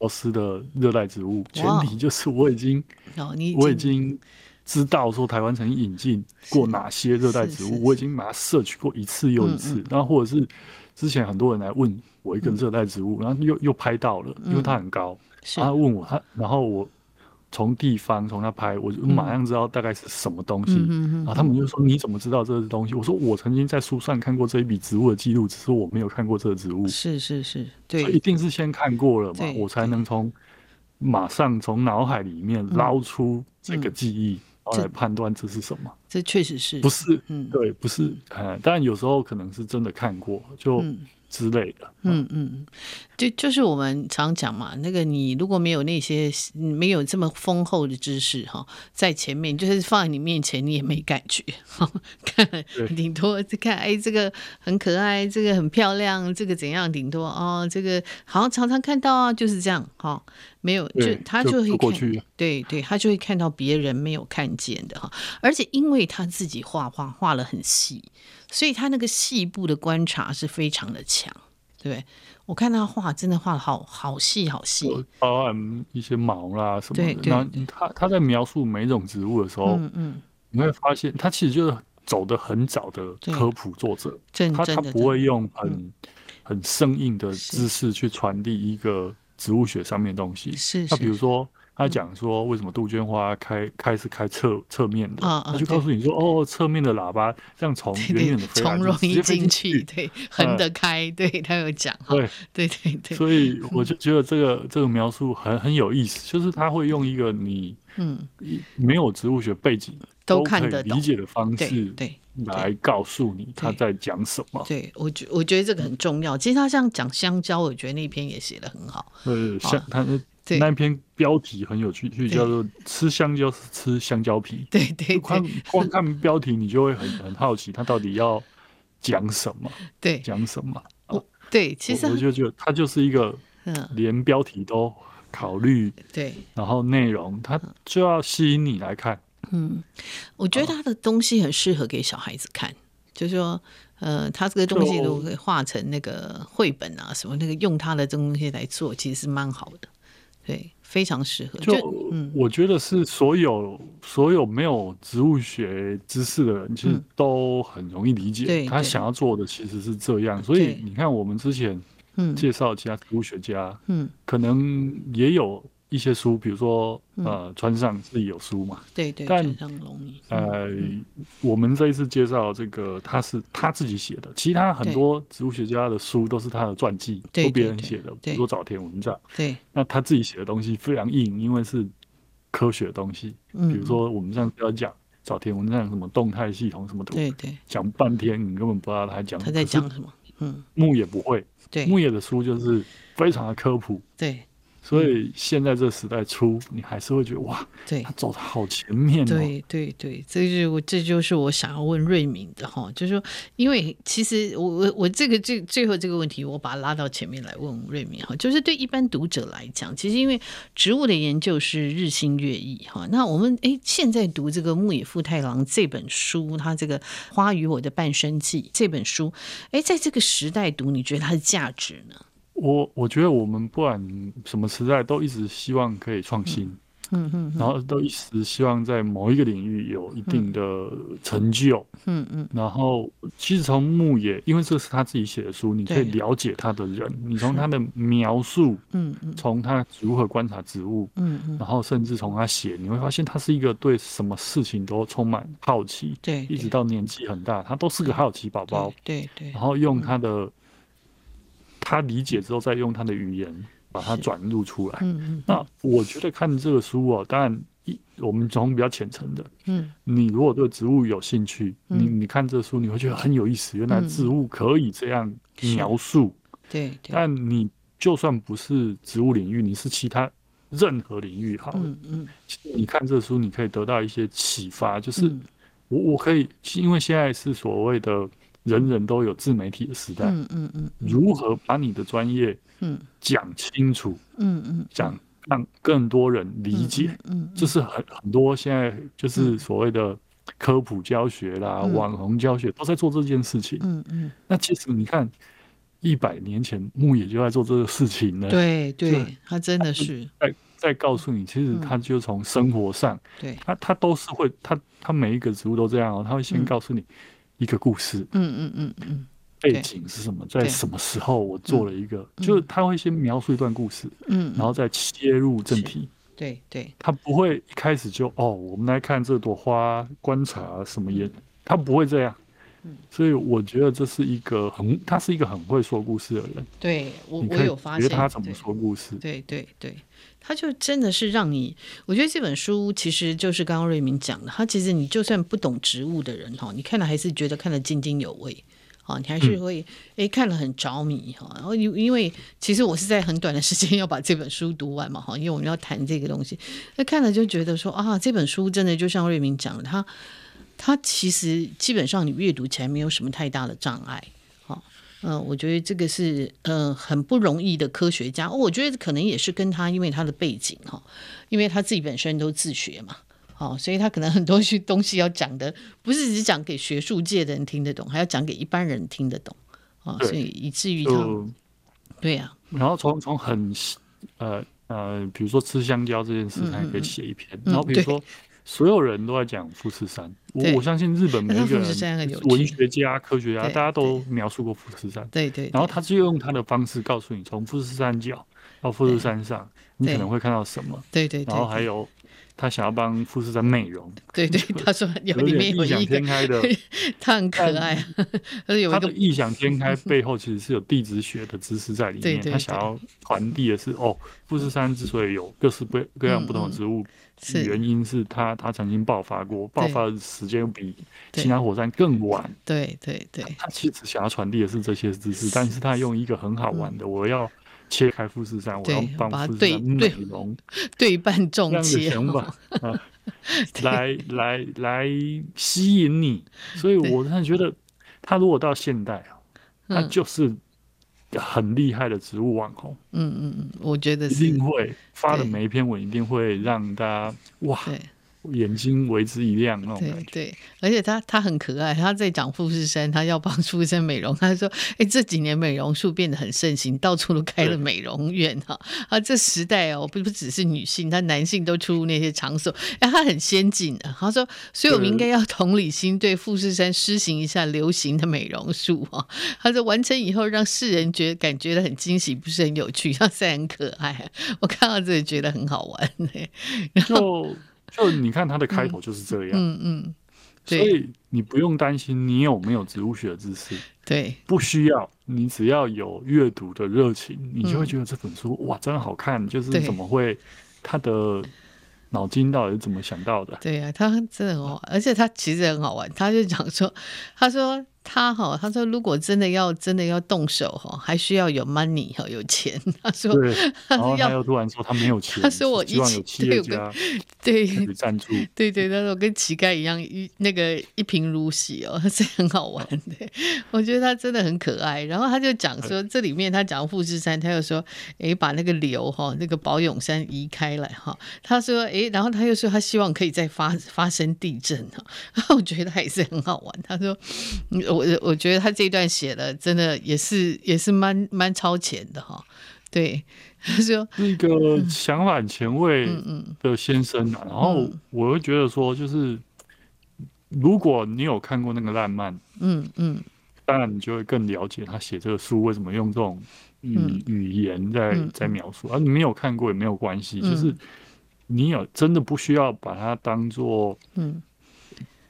[SPEAKER 2] 消失的热带植物，前
[SPEAKER 1] 哇
[SPEAKER 2] 提就是我已经
[SPEAKER 1] 哦，你
[SPEAKER 2] 我已经知道说台湾曾经引进过哪些热带植
[SPEAKER 1] 是是嗯
[SPEAKER 2] 物，我已经把它 search 过一次又一次，然后或者是之前很多人来问我一个热带植物，然后又又拍到了，因为它很高，
[SPEAKER 1] 嗯
[SPEAKER 2] 啊
[SPEAKER 1] 是
[SPEAKER 2] 然后他问我他，然后我。从地方从他拍，我就马上知道大概是什么东西。
[SPEAKER 1] 嗯哼哼
[SPEAKER 2] 然后啊他们就说：“你怎么知道这是东西？”我说：“我曾经在书上看过这一笔植物的记录，只是我没有看过这个植物。”
[SPEAKER 1] 是是是，
[SPEAKER 2] 所以一
[SPEAKER 1] 对，
[SPEAKER 2] 定是先看过了嘛
[SPEAKER 1] 对，嗯
[SPEAKER 2] 我才能从马上从脑海里面捞出这个记忆，然后来判断这是什么。
[SPEAKER 1] 这确实是
[SPEAKER 2] 不是，
[SPEAKER 1] 嗯嗯
[SPEAKER 2] 对，不是，呃，但有时候可能是真的看过，就
[SPEAKER 1] 嗯
[SPEAKER 2] 之类的。
[SPEAKER 1] 嗯嗯，就就是我们常讲嘛，那个你如果没有那些嗯没有这么丰厚的知识哈，在前面就是放在你面前，你也没感觉。 哈看
[SPEAKER 2] 对
[SPEAKER 1] 顶多看哎，这个很可爱，这个很漂亮，这个怎样？顶多哦，这个好像常常看到啊，就是这样哈、没有就
[SPEAKER 2] 对
[SPEAKER 1] 他
[SPEAKER 2] 就
[SPEAKER 1] 就会
[SPEAKER 2] 就
[SPEAKER 1] 看
[SPEAKER 2] 过去了
[SPEAKER 1] 对对，他就会看到别人没有看见的哈，而且因为他自己画画画了很细，所以他那个细部的观察是非常的强，对不对？我看他画真的画的好好细好细，
[SPEAKER 2] 包含一些毛啦什么
[SPEAKER 1] 对
[SPEAKER 2] 的，
[SPEAKER 1] 对
[SPEAKER 2] 然
[SPEAKER 1] 对
[SPEAKER 2] 后他他在描述每种植物的时候，
[SPEAKER 1] 嗯嗯，
[SPEAKER 2] 你会发现他其实就是走的很早的
[SPEAKER 1] 对
[SPEAKER 2] 科普作者，
[SPEAKER 1] 真
[SPEAKER 2] 他
[SPEAKER 1] 嗯真
[SPEAKER 2] 他
[SPEAKER 1] 的嗯
[SPEAKER 2] 不会用很很生硬的
[SPEAKER 1] 是
[SPEAKER 2] 知识去传递一个植物学上面的东西
[SPEAKER 1] 真的。是
[SPEAKER 2] 那比
[SPEAKER 1] 是嗯
[SPEAKER 2] 如说，他讲说为什么杜鹃花开开是开侧侧面的，
[SPEAKER 1] 啊啊
[SPEAKER 2] 他就告诉你说，哦，侧面的喇叭让虫
[SPEAKER 1] 对
[SPEAKER 2] 远远
[SPEAKER 1] 对
[SPEAKER 2] 的，飞来，
[SPEAKER 1] 从
[SPEAKER 2] 就
[SPEAKER 1] 容
[SPEAKER 2] 直
[SPEAKER 1] 易
[SPEAKER 2] 接飞
[SPEAKER 1] 进去，。对，横
[SPEAKER 2] 嗯
[SPEAKER 1] 得开，对他有 讲哈，
[SPEAKER 2] 对，
[SPEAKER 1] 对对对，嗯
[SPEAKER 2] 所以我就觉得这个这个描述很很有意思，就是他会用一个你
[SPEAKER 1] 嗯，
[SPEAKER 2] 一没有植物学背景
[SPEAKER 1] 都
[SPEAKER 2] 可
[SPEAKER 1] 看
[SPEAKER 2] 以
[SPEAKER 1] 得
[SPEAKER 2] 理
[SPEAKER 1] 懂，
[SPEAKER 2] 解的方
[SPEAKER 1] 对
[SPEAKER 2] 式
[SPEAKER 1] 对。
[SPEAKER 2] 来告诉你他在讲什么。
[SPEAKER 1] 对，我觉我觉得这个很重要。其实他像讲香蕉，我觉得那篇也写的很好。
[SPEAKER 2] 呃，
[SPEAKER 1] 好
[SPEAKER 2] 像他
[SPEAKER 1] 对
[SPEAKER 2] 那篇标题很有趣，就叫做“吃香蕉是吃香蕉皮”。
[SPEAKER 1] 对对
[SPEAKER 2] 就光
[SPEAKER 1] 对
[SPEAKER 2] 光看标题，你就会很很好奇，他到底要讲什么，
[SPEAKER 1] 对
[SPEAKER 2] 讲什么。
[SPEAKER 1] 对，其实
[SPEAKER 2] 我我就觉得他就是一个
[SPEAKER 1] 嗯，
[SPEAKER 2] 连标题都考虑，
[SPEAKER 1] 对，
[SPEAKER 2] 然后内容他就要吸引你来看。
[SPEAKER 1] 我觉得
[SPEAKER 2] 嗯
[SPEAKER 1] 他的东西很适合给小孩子看，就是说，呃，他这个东西
[SPEAKER 2] 就
[SPEAKER 1] 如果画成那个绘本啊什么，那个用他的东西来做，其实是蛮好的，对，非常适合。
[SPEAKER 2] 就
[SPEAKER 1] 就嗯
[SPEAKER 2] 我觉得是所有所有没有植物学知识的人，其实
[SPEAKER 1] 嗯
[SPEAKER 2] 都很容易理
[SPEAKER 1] 对
[SPEAKER 2] 解他
[SPEAKER 1] 对
[SPEAKER 2] 想要做的其实是这样。所以
[SPEAKER 1] 对
[SPEAKER 2] 你看，我们之前
[SPEAKER 1] 嗯
[SPEAKER 2] 介绍其他植物学家，
[SPEAKER 1] 嗯，
[SPEAKER 2] 可能也有一些书，比如说
[SPEAKER 1] 嗯
[SPEAKER 2] 呃，川上自己有书嘛，
[SPEAKER 1] 对对，
[SPEAKER 2] 但
[SPEAKER 1] 就像龙嗯尼，
[SPEAKER 2] 呃，我们这一次介绍这个，他是他自己写的，其他很多植物学家的书都是他的传记，
[SPEAKER 1] 对
[SPEAKER 2] 都别
[SPEAKER 1] 对
[SPEAKER 2] 人
[SPEAKER 1] 对
[SPEAKER 2] 写的，比
[SPEAKER 1] 对
[SPEAKER 2] 如说早田文章。
[SPEAKER 1] 对，
[SPEAKER 2] 那他自己写的东西非常硬，因为是科学的东西。比
[SPEAKER 1] 嗯，
[SPEAKER 2] 如说我们上次要讲早田文章什么动态系统什么图，
[SPEAKER 1] 对对，
[SPEAKER 2] 讲半天你根本不知道他在讲什
[SPEAKER 1] 他
[SPEAKER 2] 么。
[SPEAKER 1] 在
[SPEAKER 2] 可是
[SPEAKER 1] 讲什么？嗯，
[SPEAKER 2] 牧野不会，
[SPEAKER 1] 对
[SPEAKER 2] 牧野的书就是非常的科普，
[SPEAKER 1] 对嗯
[SPEAKER 2] 所以现在这时代出，你还是会觉得哇，
[SPEAKER 1] 对
[SPEAKER 2] 他。走的好前面哦。
[SPEAKER 1] 对对对，这就是我这就是我想要问瑞敏的哈，就是说，因为其实我我我这个最最后这个问题，我把它拉到前面来问瑞敏哈，就是对一般读者来讲，其实因为植物的研究是日新月异哈，那我们诶现在读这个木野富太郎这本书，他这个《花与我的半生记》这本书，诶，在这个时代读，你觉得它的价值呢？
[SPEAKER 2] 我我觉得我们不管什么时代，都一直希望可以创新，
[SPEAKER 1] 嗯嗯
[SPEAKER 2] 然后都一直希望在某一个领域有一定的成就。
[SPEAKER 1] 嗯嗯，
[SPEAKER 2] 然后，其实从牧野，因为这是他自己写的书，你可
[SPEAKER 1] 对
[SPEAKER 2] 以了解他的人，你从他的描述，
[SPEAKER 1] 嗯嗯
[SPEAKER 2] 从他如何观察植物，
[SPEAKER 1] 嗯嗯，
[SPEAKER 2] 然后甚至从他写，你会发现他是一个对什么事情都充满好奇，
[SPEAKER 1] 对，
[SPEAKER 2] 一直到年纪很大，他都是个好奇宝宝。
[SPEAKER 1] 对对
[SPEAKER 2] 然后用他的他理解之后，再用他的语言把它
[SPEAKER 1] 是
[SPEAKER 2] 转入出来。
[SPEAKER 1] 嗯嗯
[SPEAKER 2] 那我觉得看这个书哦，当然一我们从比较浅层的，
[SPEAKER 1] 嗯，
[SPEAKER 2] 你如果对植物有兴趣，
[SPEAKER 1] 嗯
[SPEAKER 2] 你你看这书，你会觉得很有意思，原来
[SPEAKER 1] 嗯
[SPEAKER 2] 植物可以这样
[SPEAKER 1] 是
[SPEAKER 2] 描述。
[SPEAKER 1] 对对，
[SPEAKER 2] 但你就算不是植物领域，你是其他任何领域好了，
[SPEAKER 1] 嗯嗯，
[SPEAKER 2] 你看这书，你可以得到一些启发，就是
[SPEAKER 1] 嗯
[SPEAKER 2] 我我可以，因为现在是所谓的人人都有自媒体的时代，
[SPEAKER 1] 嗯嗯嗯
[SPEAKER 2] 如何把你的专业
[SPEAKER 1] 嗯
[SPEAKER 2] 讲清楚，
[SPEAKER 1] 嗯嗯，
[SPEAKER 2] 讲让更多人理
[SPEAKER 1] 嗯
[SPEAKER 2] 解，，
[SPEAKER 1] 嗯，
[SPEAKER 2] 这
[SPEAKER 1] 嗯
[SPEAKER 2] 是很很多现在就是所谓的科普教学啦、
[SPEAKER 1] 嗯
[SPEAKER 2] 网红教学都在做这件事情。
[SPEAKER 1] 嗯嗯，
[SPEAKER 2] 那其实你看，一百年前牧野就在做这个事情呢，
[SPEAKER 1] 对对
[SPEAKER 2] 对，
[SPEAKER 1] 他真的是
[SPEAKER 2] 再告诉你，其实
[SPEAKER 1] 嗯
[SPEAKER 2] 他就从生活上，
[SPEAKER 1] 对，
[SPEAKER 2] 他他都是会，他他每一个植物都这样哦，他会先
[SPEAKER 1] 嗯
[SPEAKER 2] 告诉你一个故事。
[SPEAKER 1] 嗯嗯嗯嗯对
[SPEAKER 2] 背景是什么？在
[SPEAKER 1] 对
[SPEAKER 2] 什么时候我做了一个？
[SPEAKER 1] 嗯
[SPEAKER 2] 就是他会先描述一段故事，
[SPEAKER 1] 嗯，
[SPEAKER 2] 然后再切入正
[SPEAKER 1] 是
[SPEAKER 2] 题。
[SPEAKER 1] 对对，
[SPEAKER 2] 他不会一开始就哦，我们来看这朵花，观察什么也，他不会这样
[SPEAKER 1] 嗯。
[SPEAKER 2] 所以我觉得这是一个很，他是一个很会说故事的人。
[SPEAKER 1] 对我
[SPEAKER 2] 你
[SPEAKER 1] 我
[SPEAKER 2] 可以
[SPEAKER 1] 有发
[SPEAKER 2] 学
[SPEAKER 1] 现，
[SPEAKER 2] 他怎么
[SPEAKER 1] 对
[SPEAKER 2] 说故事。
[SPEAKER 1] 对对对，他就真的是让你，我觉得这本书其实就是刚刚瑞明讲的，他其实你就算不懂植物的人哈，你看了还是觉得看得津津有味。哦，你还是会诶、看了很着迷哈，然后因因为其实我是在很短的时间要把这本书读完嘛哈，因为我们要谈这个东西，那看了就觉得说啊，这本书真的就像瑞明讲的，他它其实基本上你阅读起来没有什么太大的障碍。好，嗯，我觉得这个是呃很不容易的科学家，哦我觉得可能也是跟他因为他的背景哈、因为他自己本身都自学嘛。好、所以他可能很多去东西要讲的，不是只讲给学术界的人听得懂，还要讲给一般人听得懂啊、
[SPEAKER 2] 对
[SPEAKER 1] 所以以至于他，
[SPEAKER 2] 就
[SPEAKER 1] 对啊呀、
[SPEAKER 2] 然后从从很细呃呃，比如说吃香蕉这件事，他也
[SPEAKER 1] 嗯
[SPEAKER 2] 可以写一篇。然后比
[SPEAKER 1] 对
[SPEAKER 2] 如说，所有人都在讲富士山，
[SPEAKER 1] 对
[SPEAKER 2] 我我相信日本每
[SPEAKER 1] 那
[SPEAKER 2] 一个
[SPEAKER 1] 富士山很有
[SPEAKER 2] 人，
[SPEAKER 1] 趣
[SPEAKER 2] 文学家、科学家，
[SPEAKER 1] 对
[SPEAKER 2] 大家都描述过富士山。
[SPEAKER 1] 对对对，
[SPEAKER 2] 然后他就用他的方式告诉你，从富士山脚到富士山上，你可能会看到什么。
[SPEAKER 1] 对对对，
[SPEAKER 2] 然后还有，他想要帮富士山美容，
[SPEAKER 1] 对对，他说有里面
[SPEAKER 2] 点
[SPEAKER 1] 有
[SPEAKER 2] 异想
[SPEAKER 1] 一个
[SPEAKER 2] 天，开的。
[SPEAKER 1] 他很可
[SPEAKER 2] 但
[SPEAKER 1] 爱，他说有一
[SPEAKER 2] 他
[SPEAKER 1] 个
[SPEAKER 2] 的异想天开背后其实是有地质学的知识在 里
[SPEAKER 1] 对
[SPEAKER 2] 面，
[SPEAKER 1] 对
[SPEAKER 2] 他想要传递的是哦，富士山之所以有各式各各样不同的植物，
[SPEAKER 1] 嗯是
[SPEAKER 2] 原因是它它曾经爆发过，爆发的时间比
[SPEAKER 1] 对
[SPEAKER 2] 其他火山更晚。
[SPEAKER 1] 对对对
[SPEAKER 2] 他其实想要传递的是这些知识，但是他用一个很好玩的，我要切开富士山，我要
[SPEAKER 1] 嗯对
[SPEAKER 2] 帮
[SPEAKER 1] 把它
[SPEAKER 2] 富士
[SPEAKER 1] 对
[SPEAKER 2] 山
[SPEAKER 1] 对
[SPEAKER 2] 美容
[SPEAKER 1] 对半
[SPEAKER 2] 这
[SPEAKER 1] 中
[SPEAKER 2] 样的
[SPEAKER 1] 切，哦
[SPEAKER 2] 想法。 啊，来来来吸引你，所以
[SPEAKER 1] 对
[SPEAKER 2] 我真的觉得他如果到现代啊，他
[SPEAKER 1] 嗯
[SPEAKER 2] 就是很厉害的植物网红，
[SPEAKER 1] 嗯嗯嗯，我觉得
[SPEAKER 2] 一
[SPEAKER 1] 是
[SPEAKER 2] 定会发的
[SPEAKER 1] 对
[SPEAKER 2] 每一篇文一定会让大家哇
[SPEAKER 1] 对。
[SPEAKER 2] 眼睛为之一亮那种
[SPEAKER 1] 对
[SPEAKER 2] 感觉。
[SPEAKER 1] 对，而且他他很可爱，他在讲富士山，他要帮 富士山美容。他说：“哎，这几年美容术变得很盛行，到处都开了
[SPEAKER 2] 对
[SPEAKER 1] 美容院哈、啊。这时代哦，不不只是女性，他男性都出入那些场所。哎，他很先进的、他说，所以我们应该要同理心，对富士山施行一下流行的美容术哦。他说完成以后，让世人觉感觉到很惊喜，不是很有趣， 但是很可爱。啊我看到这里觉得很好玩、嘿
[SPEAKER 2] 就 就你看它的开头就是这样，
[SPEAKER 1] 嗯嗯，
[SPEAKER 2] 所
[SPEAKER 1] 对
[SPEAKER 2] 以你不用担心你有没有植物学的知识，
[SPEAKER 1] 对
[SPEAKER 2] 不需要，你只要有阅读的热情，你
[SPEAKER 1] 嗯
[SPEAKER 2] 就会觉得这本书、哇，真好看。就是
[SPEAKER 1] 对
[SPEAKER 2] 怎么会他的脑筋到底是怎么想到的？
[SPEAKER 1] 对呀、他真的很好玩，而且他其实很好玩。他就讲说，他说他哈，他说如果真的要真的要动手哈，还需要有 money 哈，有钱。他说
[SPEAKER 2] 对，
[SPEAKER 1] 他是
[SPEAKER 2] 然后
[SPEAKER 1] 要
[SPEAKER 2] 他又突然说他没有钱，
[SPEAKER 1] 他说我
[SPEAKER 2] 希望
[SPEAKER 1] 一起
[SPEAKER 2] 有企业
[SPEAKER 1] 对我
[SPEAKER 2] 家
[SPEAKER 1] 对
[SPEAKER 2] 可以 赞助。
[SPEAKER 1] 对对，他说跟乞丐一样，一那个一贫如洗哦， 是很好玩的。我觉得他真的很可爱。然后他就讲说，这里面他讲富士山，他又说，诶，把那个流哈、那个宝永山移开来哈、他说，诶，然后他又说，他希望可以再发发生地震哈、 然后我觉得还是很好玩。他说，嗯我我觉得他这一段写的真的也是也是蛮蛮超前的哈、对，他说，
[SPEAKER 2] 是一个想法很前卫
[SPEAKER 1] 嗯嗯
[SPEAKER 2] 的先生啊，然后我会觉得说，就是如果你有看过那个烂漫，
[SPEAKER 1] 嗯嗯，
[SPEAKER 2] 当然你就会更了解他写这个书为什么用这种语、
[SPEAKER 1] 嗯
[SPEAKER 2] 语言在
[SPEAKER 1] 嗯
[SPEAKER 2] 在描述啊。你没有看过也没有关系，
[SPEAKER 1] 嗯
[SPEAKER 2] 就是你有真的不需要把它当做
[SPEAKER 1] 嗯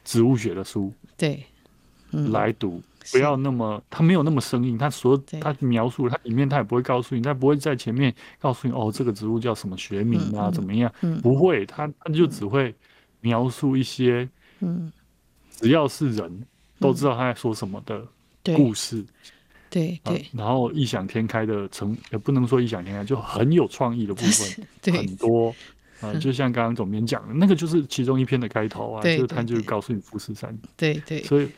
[SPEAKER 2] 植物学的书
[SPEAKER 1] 对，嗯
[SPEAKER 2] 来读，不要那么，它没有那么生硬，它所
[SPEAKER 1] 对
[SPEAKER 2] 它描述它里面它也不会告诉你，它不会在前面告诉你哦，这个植物叫什么学名啊，
[SPEAKER 1] 嗯嗯
[SPEAKER 2] 怎么样？
[SPEAKER 1] 嗯
[SPEAKER 2] 不会，它它就只会描述一些
[SPEAKER 1] 嗯，
[SPEAKER 2] 只要是人都知道他在说什么的
[SPEAKER 1] 对
[SPEAKER 2] 故事，
[SPEAKER 1] 对
[SPEAKER 2] 啊
[SPEAKER 1] 对，
[SPEAKER 2] 然后异想天开的成，也不能说异想天开，就很有创意的部
[SPEAKER 1] 但
[SPEAKER 2] 分
[SPEAKER 1] 是，对嗯
[SPEAKER 2] 很多。啊、就像刚刚总编讲的，那个就是其中一篇的开头啊，
[SPEAKER 1] 对
[SPEAKER 2] 就是他
[SPEAKER 1] 对
[SPEAKER 2] 就
[SPEAKER 1] 对
[SPEAKER 2] 是告诉你富士山，
[SPEAKER 1] 对对，
[SPEAKER 2] 所以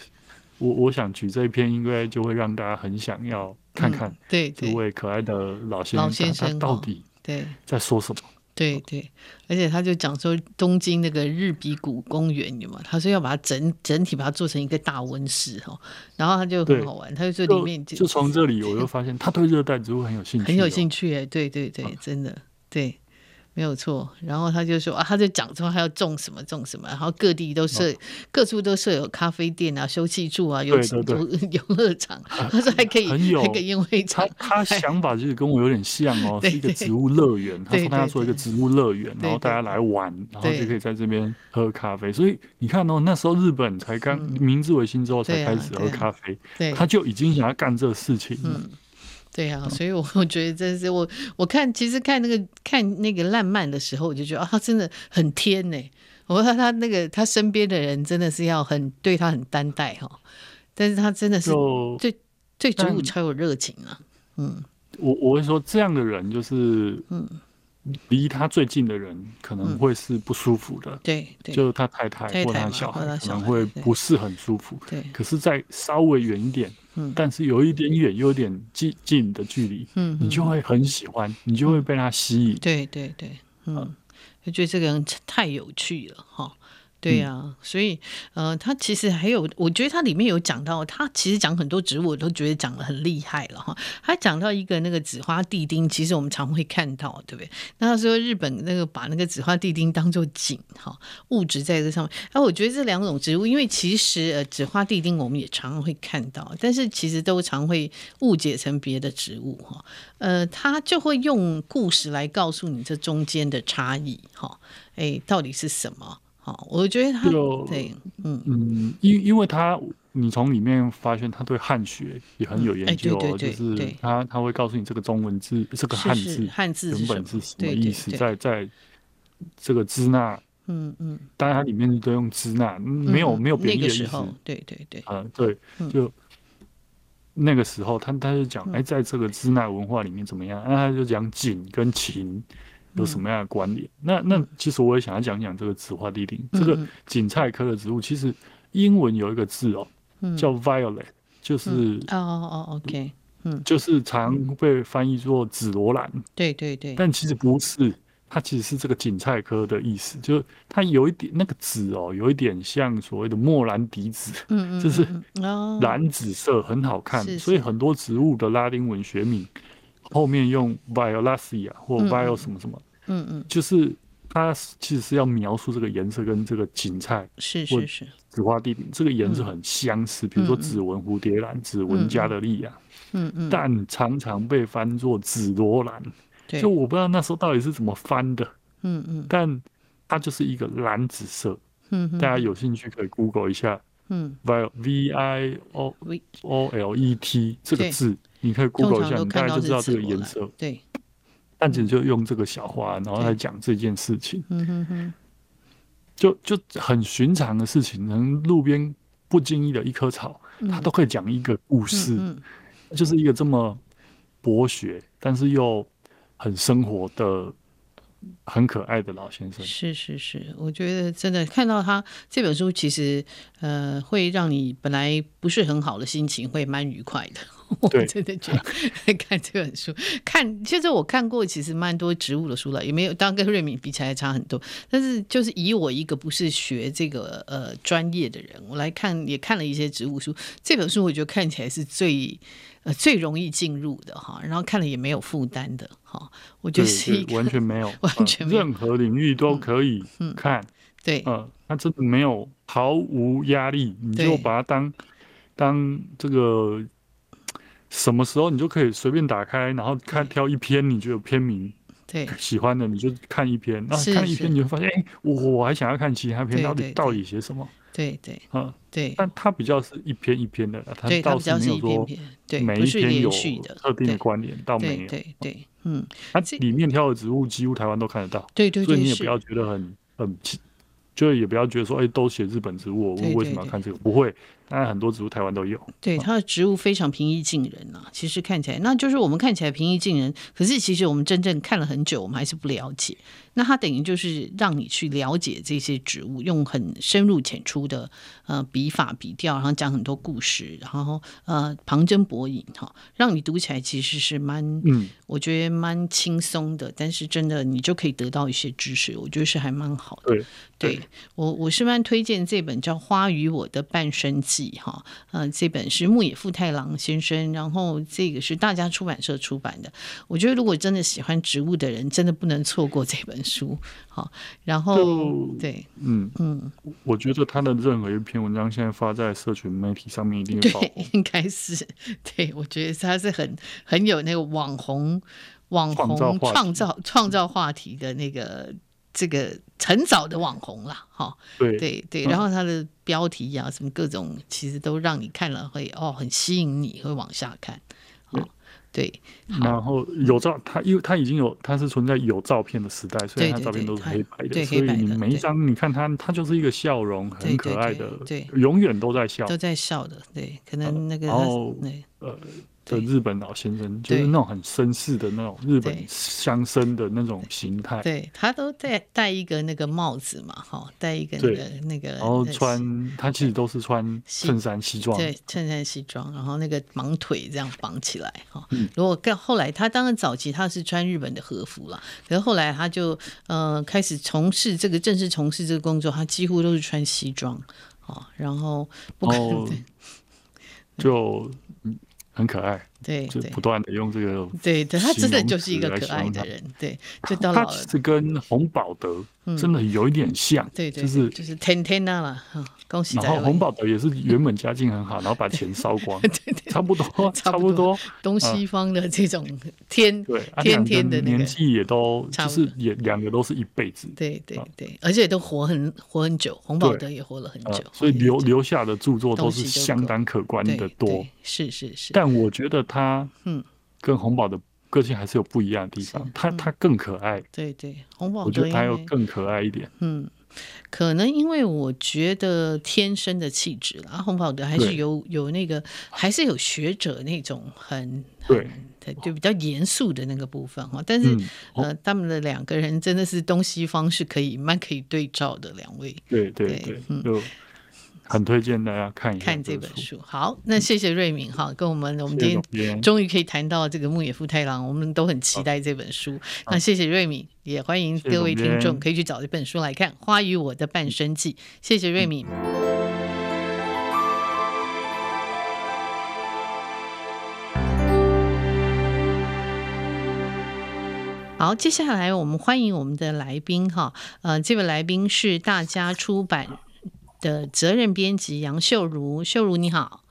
[SPEAKER 2] 我我想举这一篇，应该就会让大家很想要看看
[SPEAKER 1] 嗯对
[SPEAKER 2] 这
[SPEAKER 1] 对
[SPEAKER 2] 位可爱的老先
[SPEAKER 1] 老先
[SPEAKER 2] 他
[SPEAKER 1] 生
[SPEAKER 2] 他到
[SPEAKER 1] 哦
[SPEAKER 2] 底
[SPEAKER 1] 对
[SPEAKER 2] 在说什么。
[SPEAKER 1] 对对，而且他就讲说东京那个日比谷公园有没有？他说要把它整整体把它做成一个大温室哦，然后他就很
[SPEAKER 2] 对
[SPEAKER 1] 好玩，他就说里
[SPEAKER 2] 就
[SPEAKER 1] 面
[SPEAKER 2] 就从 这里，我就发现他对热带植物很有兴趣、
[SPEAKER 1] 很有
[SPEAKER 2] 趣。
[SPEAKER 1] 兴趣哎，对对
[SPEAKER 2] 啊
[SPEAKER 1] 对，真的对，没有错。然后他就说啊，他就讲说他要种什么种什么，然后各地都
[SPEAKER 2] 哦
[SPEAKER 1] 设、各处都设有咖啡店啊、休憩处啊、游
[SPEAKER 2] 对对啊
[SPEAKER 1] 游游乐场，他说还可以
[SPEAKER 2] 很有
[SPEAKER 1] 还可以宴会
[SPEAKER 2] 他
[SPEAKER 1] 场，
[SPEAKER 2] 他想法就是跟我有点像哦，
[SPEAKER 1] 哎对
[SPEAKER 2] 是一个
[SPEAKER 1] 对
[SPEAKER 2] 植物乐园。他
[SPEAKER 1] 对
[SPEAKER 2] 说他
[SPEAKER 1] 对
[SPEAKER 2] 要做一个
[SPEAKER 1] 对
[SPEAKER 2] 植物乐园，
[SPEAKER 1] 对
[SPEAKER 2] 然后大
[SPEAKER 1] 对
[SPEAKER 2] 家来玩，然后
[SPEAKER 1] 对
[SPEAKER 2] 就可以在这边喝咖啡。所以你看哦，那时候日本才刚明治维新之后
[SPEAKER 1] 对
[SPEAKER 2] 才
[SPEAKER 1] 啊
[SPEAKER 2] 开始喝
[SPEAKER 1] 对啊
[SPEAKER 2] 咖啡，
[SPEAKER 1] 嗯对嗯
[SPEAKER 2] 他就已经想要干这事情了。
[SPEAKER 1] 对
[SPEAKER 2] 嗯
[SPEAKER 1] 啊，所以我 我觉得真是我我看其实看那个看那个烂漫的时候，我就觉得啊，他真的很天呢、我说他那个他身边的人真的是要很对他很担待哈、哦，但是他真的是
[SPEAKER 2] 就
[SPEAKER 1] 对对植物
[SPEAKER 2] 但
[SPEAKER 1] 超有热情啊。嗯，
[SPEAKER 2] 我我会说，这样的人就是，离他最近的人可能
[SPEAKER 1] 嗯
[SPEAKER 2] 会是不舒服的，
[SPEAKER 1] 对对
[SPEAKER 2] 就是他太太
[SPEAKER 1] 太太
[SPEAKER 2] 或他
[SPEAKER 1] 嘛
[SPEAKER 2] 小
[SPEAKER 1] 或
[SPEAKER 2] 孩
[SPEAKER 1] 他
[SPEAKER 2] 可
[SPEAKER 1] 小
[SPEAKER 2] 能
[SPEAKER 1] 孩
[SPEAKER 2] 会
[SPEAKER 1] 对
[SPEAKER 2] 不是很舒服。
[SPEAKER 1] 对，
[SPEAKER 2] 可是，在稍微远一点，
[SPEAKER 1] 嗯
[SPEAKER 2] 但是有一点远又有点近近的距离，
[SPEAKER 1] 嗯，
[SPEAKER 2] 你就会很喜欢，你就会被他吸引。
[SPEAKER 1] 对对对，嗯，就觉得这个人太有趣了哈。对呀、所以呃，他其实还有，我觉得他里面有讲到，他其实讲很多植物，我都觉得讲的很厉害了哈。他讲到一个那个紫花地丁，其实我们常会看到，对不对？那他说日本那个把那个紫花地丁当做景哈，物质在这上面。哎、我觉得这两种植物，因为其实呃紫花地丁我们也常常会看到，但是其实都常会误解成别的植物哈。呃，他就会用故事来告诉你这中间的差异，哈，哎，到底是什么？哈，我觉得他
[SPEAKER 2] 就
[SPEAKER 1] 对，
[SPEAKER 2] 嗯，因因为他，你从里面发现他对汉学也很有
[SPEAKER 1] 哎
[SPEAKER 2] 研
[SPEAKER 1] 对
[SPEAKER 2] 究哦，
[SPEAKER 1] 对对
[SPEAKER 2] 就
[SPEAKER 1] 对
[SPEAKER 2] 是他他会告诉你这个中文字，这个汉
[SPEAKER 1] 是是
[SPEAKER 2] 字
[SPEAKER 1] 汉字是
[SPEAKER 2] 原
[SPEAKER 1] 什
[SPEAKER 2] 本
[SPEAKER 1] 么？
[SPEAKER 2] 是什么
[SPEAKER 1] 对
[SPEAKER 2] 意思，
[SPEAKER 1] 对对，
[SPEAKER 2] 在在这个支那，
[SPEAKER 1] 嗯嗯，
[SPEAKER 2] 当然它里面都用支那，没有
[SPEAKER 1] 嗯
[SPEAKER 2] 没有贬
[SPEAKER 1] 那
[SPEAKER 2] 义的
[SPEAKER 1] 个
[SPEAKER 2] 意
[SPEAKER 1] 时
[SPEAKER 2] 思
[SPEAKER 1] 候，对对对，
[SPEAKER 2] 啊，对，
[SPEAKER 1] 嗯
[SPEAKER 2] 就那个时候他他就讲，哎，在这个支那文化里面怎么样？那他就讲景跟情有什
[SPEAKER 1] 嗯
[SPEAKER 2] 么样的关联？那那其实我也想要讲讲这个紫花地丁，这个
[SPEAKER 1] 嗯
[SPEAKER 2] 锦菜科的植物，其实英文有一个字哦，
[SPEAKER 1] 嗯
[SPEAKER 2] 叫 violet，就是
[SPEAKER 1] 哦哦哦，OK，
[SPEAKER 2] 就是常被翻译作紫罗兰，
[SPEAKER 1] 对对对，
[SPEAKER 2] 但其实不是，它其实是这个锦菜科的意思，就是它有一点那个紫哦，有一点像所谓的莫兰迪紫，
[SPEAKER 1] 嗯嗯，
[SPEAKER 2] 就是
[SPEAKER 1] 嗯嗯哦，
[SPEAKER 2] 蓝紫色很好看，
[SPEAKER 1] 是
[SPEAKER 2] 所以
[SPEAKER 1] 是
[SPEAKER 2] 很多植物的拉丁文学名后面用 violacea 或
[SPEAKER 1] 嗯
[SPEAKER 2] viol 什么什么，
[SPEAKER 1] 嗯嗯，
[SPEAKER 2] 就是它其实是要描述这个颜色跟这个芹菜、
[SPEAKER 1] 是
[SPEAKER 2] 我
[SPEAKER 1] 是是，
[SPEAKER 2] 紫花地顶这个
[SPEAKER 1] 嗯
[SPEAKER 2] 颜色很相似，比如说紫纹蝴蝶兰、紫纹加德利亚，
[SPEAKER 1] 嗯嗯，
[SPEAKER 2] 但常常被翻作紫罗兰。
[SPEAKER 1] 对
[SPEAKER 2] 就，我不知道那时候到底是怎么翻的，
[SPEAKER 1] 嗯嗯
[SPEAKER 2] 但它就是一个蓝紫色。
[SPEAKER 1] 嗯
[SPEAKER 2] 大
[SPEAKER 1] 嗯
[SPEAKER 2] 家有兴趣可以 Google 一下
[SPEAKER 1] 嗯，
[SPEAKER 2] viol v i o
[SPEAKER 1] 喂
[SPEAKER 2] O L E T 这
[SPEAKER 1] 对
[SPEAKER 2] 个字，你可以
[SPEAKER 1] 通
[SPEAKER 2] Google
[SPEAKER 1] 常
[SPEAKER 2] 一下，
[SPEAKER 1] 都
[SPEAKER 2] 你大
[SPEAKER 1] 看
[SPEAKER 2] 概
[SPEAKER 1] 到
[SPEAKER 2] 就知
[SPEAKER 1] 是
[SPEAKER 2] 道
[SPEAKER 1] 紫
[SPEAKER 2] 这个
[SPEAKER 1] 罗
[SPEAKER 2] 颜
[SPEAKER 1] 兰
[SPEAKER 2] 色。，
[SPEAKER 1] 对，
[SPEAKER 2] 但其实就用这个小花，然后
[SPEAKER 1] 对
[SPEAKER 2] 来讲这件事情，
[SPEAKER 1] 嗯哼哼，
[SPEAKER 2] 就就很寻常的事情，能路边不经意的一棵草，它都可以讲一个故事，
[SPEAKER 1] 嗯
[SPEAKER 2] 就是一个这么博学，但是又很生活的、很可爱的老先生。
[SPEAKER 1] 是是是，我觉得真的看到他这本书，其实呃，会让你本来不是很好的心情会蛮愉快的。 我
[SPEAKER 2] 对
[SPEAKER 1] 真的觉得看这本书，看其实我看过其实蛮多植物的书了，也没有当然跟瑞敏比起来差很多。但是就是以我一个不是学这个呃专业的人，我来看也看了一些植物书，这本书我觉得看起来是最呃最容易进入的哈，然后看了也没有负担的哈，我觉
[SPEAKER 2] 对
[SPEAKER 1] 得是一
[SPEAKER 2] 对，
[SPEAKER 1] 个
[SPEAKER 2] 完全没有，
[SPEAKER 1] 完全
[SPEAKER 2] 呃
[SPEAKER 1] 没有嗯
[SPEAKER 2] 任何领域都可以看，
[SPEAKER 1] 对
[SPEAKER 2] 嗯，他真的没有毫无压力，你
[SPEAKER 1] 对
[SPEAKER 2] 就把它当当这个什么时候你就可以随便打开，然后看挑一篇你觉得篇名
[SPEAKER 1] 对。
[SPEAKER 2] 喜欢的，你就看一篇，那
[SPEAKER 1] 是
[SPEAKER 2] 看一
[SPEAKER 1] 是
[SPEAKER 2] 篇你就发现，哎、我我还想要看其他篇，
[SPEAKER 1] 对
[SPEAKER 2] 到底
[SPEAKER 1] 对
[SPEAKER 2] 到
[SPEAKER 1] 对
[SPEAKER 2] 底写什么？
[SPEAKER 1] 对对
[SPEAKER 2] 啊，
[SPEAKER 1] 对，
[SPEAKER 2] 但它比较是一篇一篇的啦，它
[SPEAKER 1] 对，它
[SPEAKER 2] 倒
[SPEAKER 1] 比较
[SPEAKER 2] 没
[SPEAKER 1] 是
[SPEAKER 2] 有
[SPEAKER 1] 一篇
[SPEAKER 2] 说
[SPEAKER 1] 篇，对，
[SPEAKER 2] 每
[SPEAKER 1] 不
[SPEAKER 2] 一
[SPEAKER 1] 是
[SPEAKER 2] 篇有
[SPEAKER 1] 连续的，
[SPEAKER 2] 特定的啊
[SPEAKER 1] 对
[SPEAKER 2] 关联，倒没
[SPEAKER 1] 对
[SPEAKER 2] 有。
[SPEAKER 1] 对对，嗯，
[SPEAKER 2] 它
[SPEAKER 1] 这
[SPEAKER 2] 里面挑的植物几乎台湾都看得到，
[SPEAKER 1] 对对
[SPEAKER 2] 所以
[SPEAKER 1] 对
[SPEAKER 2] 你也
[SPEAKER 1] 是
[SPEAKER 2] 不，要觉得很很奇，就也不要觉得说，哎，都写日本植物，
[SPEAKER 1] 对
[SPEAKER 2] 我为什
[SPEAKER 1] 对
[SPEAKER 2] 么要
[SPEAKER 1] 对
[SPEAKER 2] 看这个？不会，当然很多植物台湾都有。
[SPEAKER 1] 对它的植物非常平易近人啊。其实看起来，那就是我们看起来平易近人，可是其实我们真正看了很久，我们还是不了解。那它等于就是让你去了解这些植物，用很深入浅出的呃笔法笔调，然后讲很多故事，然后呃旁征博引哈，让你读起来其实是蛮
[SPEAKER 2] 嗯，
[SPEAKER 1] 我觉得蛮轻松的，但是真的你就可以得到一些知识，我觉得是还蛮好的。
[SPEAKER 2] 对，
[SPEAKER 1] 对我我是蛮推荐这本叫《花与我的半生记》哈，呃，这本是木野富太郎先生，然后这个是大家出版社出版的。我觉得如果真的喜欢植物的人，真的不能错过这本书。好，然后
[SPEAKER 2] 就
[SPEAKER 1] 对
[SPEAKER 2] 嗯嗯，我觉得他的任何一篇文章现在发在社群媒体上面一定会爆
[SPEAKER 1] 对
[SPEAKER 2] 红，，
[SPEAKER 1] 应该是对，我觉得他是很很有那个网红网
[SPEAKER 2] 创造
[SPEAKER 1] 红
[SPEAKER 2] 话题
[SPEAKER 1] 创造创造话题的那个这个很早的网红啦，哈、
[SPEAKER 2] 对，
[SPEAKER 1] 对对，
[SPEAKER 2] 嗯
[SPEAKER 1] 然后它的标题啊，什么各种，其实都让你看了会哦，很吸引你，会往下看。哦，对
[SPEAKER 2] 然后有照，它因为它已经有，它是存在有照片的时代，所以
[SPEAKER 1] 对
[SPEAKER 2] 它
[SPEAKER 1] 对
[SPEAKER 2] 照
[SPEAKER 1] 对
[SPEAKER 2] 片都是
[SPEAKER 1] 它
[SPEAKER 2] 黑白的，
[SPEAKER 1] 对
[SPEAKER 2] 所以
[SPEAKER 1] 黑白
[SPEAKER 2] 你
[SPEAKER 1] 的
[SPEAKER 2] 每一
[SPEAKER 1] 对
[SPEAKER 2] 张你看它，它就是一个笑容，
[SPEAKER 1] 对
[SPEAKER 2] 很可
[SPEAKER 1] 对
[SPEAKER 2] 爱
[SPEAKER 1] 对
[SPEAKER 2] 的，
[SPEAKER 1] 对
[SPEAKER 2] 永远都在笑。哦
[SPEAKER 1] 都在笑的，对，可能那个
[SPEAKER 2] 然
[SPEAKER 1] 他
[SPEAKER 2] 后
[SPEAKER 1] 对
[SPEAKER 2] 呃
[SPEAKER 1] 对
[SPEAKER 2] 的日本老先生，就
[SPEAKER 1] 对
[SPEAKER 2] 是那种很绅士的那种日
[SPEAKER 1] 对
[SPEAKER 2] 本乡绅的那种形态，
[SPEAKER 1] 对，他都戴戴一个那个帽子嘛，哈，戴一个那
[SPEAKER 2] 对
[SPEAKER 1] 个那个，
[SPEAKER 2] 然后
[SPEAKER 1] 呃
[SPEAKER 2] 穿他其实都是穿
[SPEAKER 1] 西
[SPEAKER 2] 衬衫西装，
[SPEAKER 1] 对，衬衫西装，然后那个绑腿这样绑起来哈。
[SPEAKER 2] 嗯
[SPEAKER 1] 如果更后来，他当然早期他是穿日本的和服啦，可是后来他就呃开始从事这个正式从事这个工作，他几乎都是穿西装哦，然后不
[SPEAKER 2] 然
[SPEAKER 1] 可
[SPEAKER 2] 后就嗯很可爱，
[SPEAKER 1] 对
[SPEAKER 2] 就
[SPEAKER 1] 对
[SPEAKER 2] 不断的用这个。
[SPEAKER 1] 对对，他真的就是一个可
[SPEAKER 2] 形容词
[SPEAKER 1] 爱的
[SPEAKER 2] 来形
[SPEAKER 1] 人，对，就到
[SPEAKER 2] 他
[SPEAKER 1] 老
[SPEAKER 2] 其
[SPEAKER 1] 了。嗯
[SPEAKER 2] 实跟洪宝德真的有一点像，
[SPEAKER 1] 对对，
[SPEAKER 2] 就是
[SPEAKER 1] 对就是天天呐啦，哈，恭喜
[SPEAKER 2] 然
[SPEAKER 1] 在
[SPEAKER 2] 后洪
[SPEAKER 1] 位，
[SPEAKER 2] 宝德也是原本家境很好，然后把钱烧光，差不多，
[SPEAKER 1] 差
[SPEAKER 2] 差
[SPEAKER 1] 不
[SPEAKER 2] 不
[SPEAKER 1] 多
[SPEAKER 2] 多，
[SPEAKER 1] 东西方的这种天
[SPEAKER 2] 啊对，啊
[SPEAKER 1] 天
[SPEAKER 2] 两个
[SPEAKER 1] 天的那个
[SPEAKER 2] 年纪也都
[SPEAKER 1] 差
[SPEAKER 2] 就
[SPEAKER 1] 不多
[SPEAKER 2] 是也两个都是一辈子，
[SPEAKER 1] 对对
[SPEAKER 2] 啊
[SPEAKER 1] 对，而且都活很活很久，洪宝
[SPEAKER 2] 对
[SPEAKER 1] 德也活了很
[SPEAKER 2] 呃
[SPEAKER 1] 久，
[SPEAKER 2] 所以
[SPEAKER 1] 也
[SPEAKER 2] 留
[SPEAKER 1] 这
[SPEAKER 2] 留下的著作都
[SPEAKER 1] 东西
[SPEAKER 2] 是
[SPEAKER 1] 就
[SPEAKER 2] 相
[SPEAKER 1] 够
[SPEAKER 2] 当可观
[SPEAKER 1] 对
[SPEAKER 2] 的多
[SPEAKER 1] 对。是是是，
[SPEAKER 2] 但我觉得他
[SPEAKER 1] 嗯
[SPEAKER 2] 跟洪宝的个性还是有不一样的地方
[SPEAKER 1] 是，
[SPEAKER 2] 他他更可爱，
[SPEAKER 1] 对对，洪宝
[SPEAKER 2] 我觉
[SPEAKER 1] 德
[SPEAKER 2] 得
[SPEAKER 1] 应
[SPEAKER 2] 他
[SPEAKER 1] 该
[SPEAKER 2] 又更可爱一 点。
[SPEAKER 1] 嗯，可能因为我觉得天生的气质啦，洪宝德还是
[SPEAKER 2] 对
[SPEAKER 1] 有有那个，还是有学者那种很
[SPEAKER 2] 对，
[SPEAKER 1] 很就比较严肃的那个部分哈。但是、
[SPEAKER 2] 嗯
[SPEAKER 1] 呃，他们的两个人真的是东西方是可以蛮可以对照的两位。
[SPEAKER 2] 对对
[SPEAKER 1] 对嗯
[SPEAKER 2] 对，就很推荐大家看一下
[SPEAKER 1] 看这
[SPEAKER 2] 这
[SPEAKER 1] 本
[SPEAKER 2] 书。
[SPEAKER 1] 书，好，那谢谢瑞敏哈，跟我们我们
[SPEAKER 2] 谢
[SPEAKER 1] 今
[SPEAKER 2] 谢总
[SPEAKER 1] 天
[SPEAKER 2] 编
[SPEAKER 1] 终于可以谈到这个牧野富太郎，我们都很期待这本书。那谢谢瑞敏，也欢迎
[SPEAKER 2] 谢谢
[SPEAKER 1] 各位
[SPEAKER 2] 总
[SPEAKER 1] 听
[SPEAKER 2] 编
[SPEAKER 1] 众可以去找这本书来看《花与我的半生记》。谢谢瑞敏。
[SPEAKER 2] 嗯
[SPEAKER 1] 好，接下来我们欢迎我们的来宾哈，呃，这位来宾是大家出版的责任编辑杨秀如，秀如你好。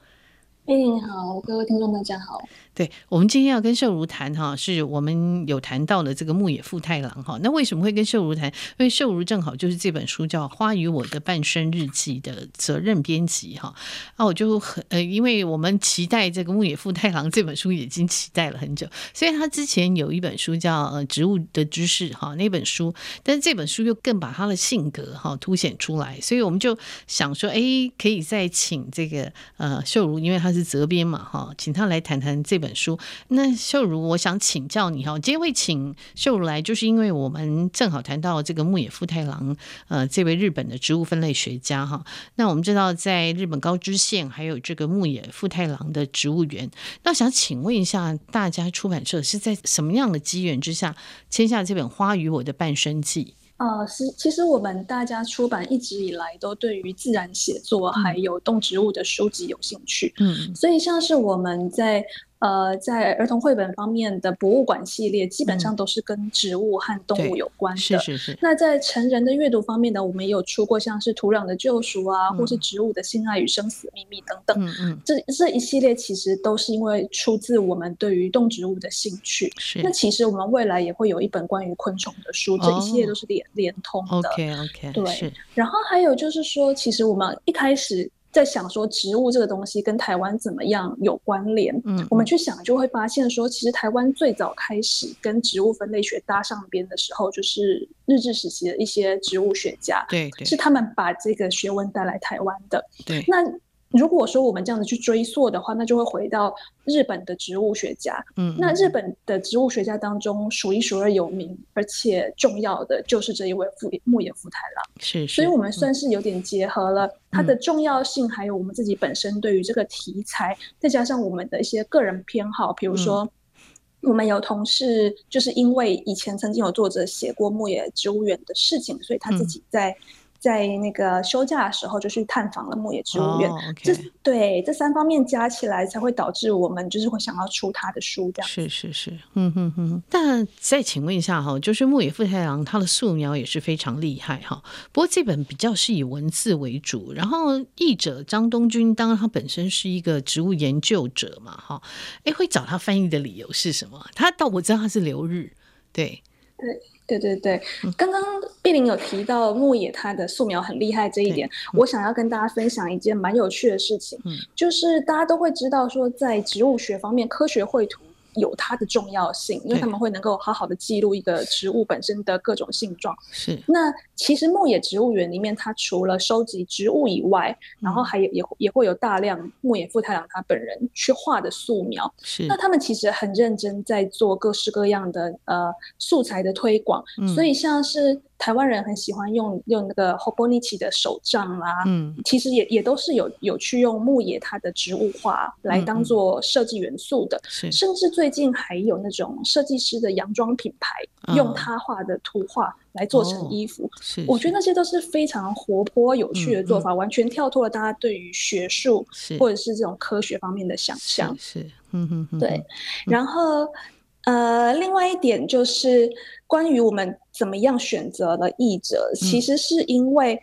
[SPEAKER 3] 哎，你好，各位听众，大家好。
[SPEAKER 1] 对我们今天要跟秀如谈哈，是我们有谈到了这个牧野富太郎哈。那为什么会跟秀如谈？因为秀如正好就是这本书叫《花与我的半生日记》的责任编辑哈。啊，我就很呃，因为我们期待这个牧野富太郎这本书已经期待了很久，所以他之前有一本书叫《呃植物的知识》哈，那本书，但是这本书又更把他的性格哈凸显出来，所以我们就想说，哎，可以再请这个呃秀如，因为她是责编嘛哈，请她来谈谈这本书。那秀如，我想请教你哈，今天会请秀如来，就是因为我们正好谈到这个牧野富太郎呃这位日本的植物分类学家哈，那我们知道，在日本高知县还有这个牧野富太郎的植物园。那想请问一下，大家出版社是在什么样的机缘之下签下这本《花与我的半生记
[SPEAKER 3] 呃，是，其实我们大家出版一直以来都对于自然写作还有动植物的书籍有兴趣，》？
[SPEAKER 1] 嗯，
[SPEAKER 3] 所以像是我们在呃，在儿童绘本方面的博物馆系列，基本上都是跟植物和动物有关的。
[SPEAKER 1] 嗯是是是，
[SPEAKER 3] 那在成人的阅读方面呢，我们也有出过像是《土壤的救赎》啊，
[SPEAKER 1] 嗯
[SPEAKER 3] 或是《植物的性爱与生死秘密》等等。
[SPEAKER 1] 嗯嗯，
[SPEAKER 3] 这这一系列其实都是因为出自我们对于动植物的兴趣。
[SPEAKER 1] 是
[SPEAKER 3] 那其实我们未来也会有一本关于昆虫的书，这一系列
[SPEAKER 1] 哦
[SPEAKER 3] 都是连连通的。
[SPEAKER 1] ，OK OK，
[SPEAKER 3] 对
[SPEAKER 1] 是
[SPEAKER 3] 然后还有就是说，其实我们一开始在想说植物这个东西跟台湾怎么样有关联，
[SPEAKER 1] 嗯，
[SPEAKER 3] 我们去想就会发现说，其实台湾最早开始跟植物分类学搭上边的时候，就是日治时期的一些植物学家，
[SPEAKER 1] 对对
[SPEAKER 3] 是他们把这个学问带来台湾的。
[SPEAKER 1] 对，
[SPEAKER 3] 那如果说我们这样子去追溯的话，那就会回到日本的植物学家。
[SPEAKER 1] 嗯，
[SPEAKER 3] 那
[SPEAKER 1] 嗯
[SPEAKER 3] 日本的植物学家当中，数一数二有名而且重要的就是这一位富牧野富太郎。
[SPEAKER 1] 嗯是，
[SPEAKER 3] 所
[SPEAKER 1] 是
[SPEAKER 3] 以
[SPEAKER 1] 嗯
[SPEAKER 3] 我们算是有点结合了它的重要性，还有我们自己本身对于这个题材，再加上我们的一些个人偏好，比如
[SPEAKER 1] 嗯
[SPEAKER 3] 说。我们有同事，就是因为以前曾经有作者写过牧野植物园的事情，所以他自
[SPEAKER 1] 嗯
[SPEAKER 3] 己在、在那个休假的时候就去探访了牧野植物园。
[SPEAKER 1] 哦
[SPEAKER 3] 这
[SPEAKER 1] ，OK，
[SPEAKER 3] 对这三方面加起来，才会导致我们就是会想要出他的书这样。
[SPEAKER 1] 是是是，嗯哼哼。那再请问一下哈，就是牧野富太郎他的素描也是非常厉害哈。不过这本比较是以文字为主，然后译者张东君，当然他本身是一个植物研究者嘛哈。哎，会找他翻译的理由是什么？他到我知道他是留日，对，
[SPEAKER 3] 对对对，
[SPEAKER 1] 嗯
[SPEAKER 3] 刚刚碧玲有提到牧野他的素描很厉害这一点，我想要跟大家分享一件蛮有趣的事情，
[SPEAKER 1] 嗯
[SPEAKER 3] 就是大家都会知道说，在植物学方面，科学绘图有它的重要性，因为
[SPEAKER 1] 对
[SPEAKER 3] 他们会能够好好的记录一个植物本身的各种性状。
[SPEAKER 1] 是
[SPEAKER 3] 那其实牧野植物园里面，它除了收集植物以外，然
[SPEAKER 1] 嗯
[SPEAKER 3] 后还有也也会有大量牧野富太郎他本人去画的素描，
[SPEAKER 1] 是
[SPEAKER 3] 那，他们其实很认真在做各式各样的呃素材的推广，
[SPEAKER 1] 嗯
[SPEAKER 3] 所以像是台湾人很喜欢用用那个 Hobonichi 的手杖啦、
[SPEAKER 1] 嗯
[SPEAKER 3] 其实也也都是有有去用牧野它的植物画
[SPEAKER 1] 嗯
[SPEAKER 3] 来当做设计元素的。
[SPEAKER 1] 是
[SPEAKER 3] 甚至最近还有那种设计师的洋装品牌，
[SPEAKER 1] 嗯
[SPEAKER 3] 用他画的图画来做
[SPEAKER 1] 哦
[SPEAKER 3] 成衣服，
[SPEAKER 1] 是，
[SPEAKER 3] 我觉
[SPEAKER 1] 是
[SPEAKER 3] 得那些都是非常活泼有趣的
[SPEAKER 1] 嗯
[SPEAKER 3] 做法，完全跳脱了大家对于学术
[SPEAKER 1] 是
[SPEAKER 3] 或者是这种科学方面的想象。
[SPEAKER 1] 是是，嗯哼哼，嗯
[SPEAKER 3] 对，然后呃，另外一点就是关于我们怎么样选择了译者，其
[SPEAKER 1] 嗯
[SPEAKER 3] 实是因为。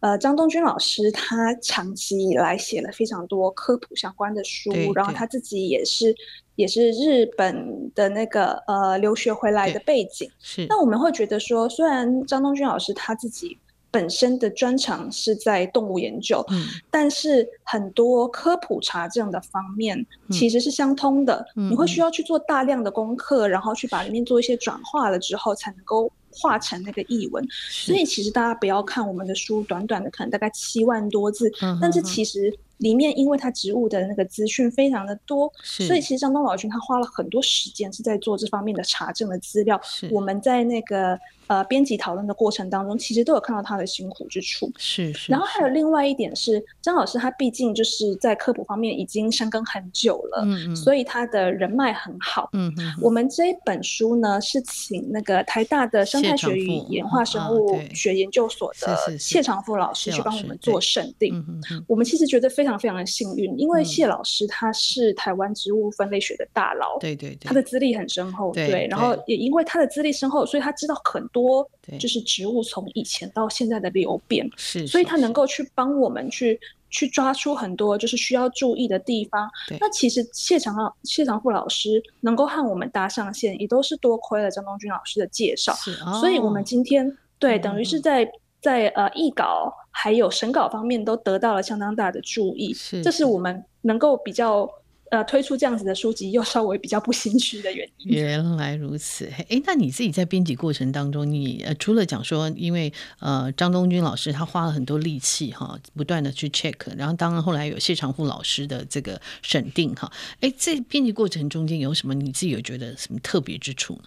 [SPEAKER 3] 呃，张东君老师他长期以来写了非常多科普相关的书
[SPEAKER 1] 对，
[SPEAKER 3] 然后
[SPEAKER 1] 对
[SPEAKER 3] 他自己也是也是日本的那个呃留学回来的
[SPEAKER 1] 对
[SPEAKER 3] 背景。
[SPEAKER 1] 是
[SPEAKER 3] 那我们会觉得说，虽然张东君老师他自己本身的专长是在动物研究，
[SPEAKER 1] 嗯
[SPEAKER 3] 但是很多科普查证的方面
[SPEAKER 1] 嗯
[SPEAKER 3] 其实是相通的，
[SPEAKER 1] 嗯
[SPEAKER 3] 你会需要去做大量的功课，然后去把里面做一些转化了之后，才能够化成那个译文。
[SPEAKER 1] 是，
[SPEAKER 3] 所以其实大家不要看我们的书短短的，可能大概七万多字，
[SPEAKER 1] 嗯
[SPEAKER 3] 但是
[SPEAKER 1] 哼哼
[SPEAKER 3] 其实里面因为它植物的那个资讯非常的多，
[SPEAKER 1] 是
[SPEAKER 3] 所以其实张东老君他花了很多时间是在做这方面的查证的资料。
[SPEAKER 1] 是
[SPEAKER 3] 我们在那个呃编辑讨论的过程当中，其实都有看到他的辛苦之处。
[SPEAKER 1] 是是，
[SPEAKER 3] 然后还有
[SPEAKER 1] 是
[SPEAKER 3] 另外一点是，张老师他毕竟就是在科普方面已经深耕很久了，
[SPEAKER 1] 嗯嗯，以
[SPEAKER 3] 所以他的人脉很好。
[SPEAKER 1] 嗯哼哼
[SPEAKER 3] 我们这一本书呢，是请那个台大的生
[SPEAKER 1] 谢
[SPEAKER 3] 态
[SPEAKER 1] 长
[SPEAKER 3] 学与
[SPEAKER 1] 富
[SPEAKER 3] 演化
[SPEAKER 1] 啊
[SPEAKER 3] 生物
[SPEAKER 1] 对
[SPEAKER 3] 学研究所的
[SPEAKER 1] 是是是
[SPEAKER 3] 谢长富老师
[SPEAKER 1] 谢
[SPEAKER 3] 去
[SPEAKER 1] 老
[SPEAKER 3] 帮我
[SPEAKER 1] 师
[SPEAKER 3] 们
[SPEAKER 1] 对
[SPEAKER 3] 做审定。
[SPEAKER 1] 嗯哼哼
[SPEAKER 3] 我们其实觉得非常非常的幸运，因为
[SPEAKER 1] 嗯
[SPEAKER 3] 谢老师他是台湾植物分类学的大佬，
[SPEAKER 1] 对对对，
[SPEAKER 3] 他的资历很深厚，
[SPEAKER 1] 对对
[SPEAKER 3] 然后也因为他的资历深厚，所以他知道很多
[SPEAKER 1] 对
[SPEAKER 3] 就是植物从以前到现在的流变，
[SPEAKER 1] 是，
[SPEAKER 3] 所以
[SPEAKER 1] 是
[SPEAKER 3] 他能
[SPEAKER 1] 是
[SPEAKER 3] 够去帮我们去去抓出很多就是需要注意的地方
[SPEAKER 1] 对。
[SPEAKER 3] 那其实谢长老、谢长富老师能够和我们搭上线，也都是多亏了张东军老师的介绍。
[SPEAKER 1] 是，
[SPEAKER 3] 所以我
[SPEAKER 1] 哦
[SPEAKER 3] 们今天对
[SPEAKER 1] 嗯
[SPEAKER 3] 等
[SPEAKER 1] 嗯
[SPEAKER 3] 于是在在呃译稿还有审稿方面都得到了相当大的注意，
[SPEAKER 1] 是
[SPEAKER 3] 这是我们能够比较呃推出这样子的书籍又稍微比较不心虚的原因。
[SPEAKER 1] 原来如此，哎，那你自己在编辑过程当中，你呃除了讲说，因为呃张东军老师他花了很多力气哈，不断的去 check，然后当然后来有谢长富老师的这个审定哈，哎，这编辑过程中间有什么你自己有觉得什么特别之处呢？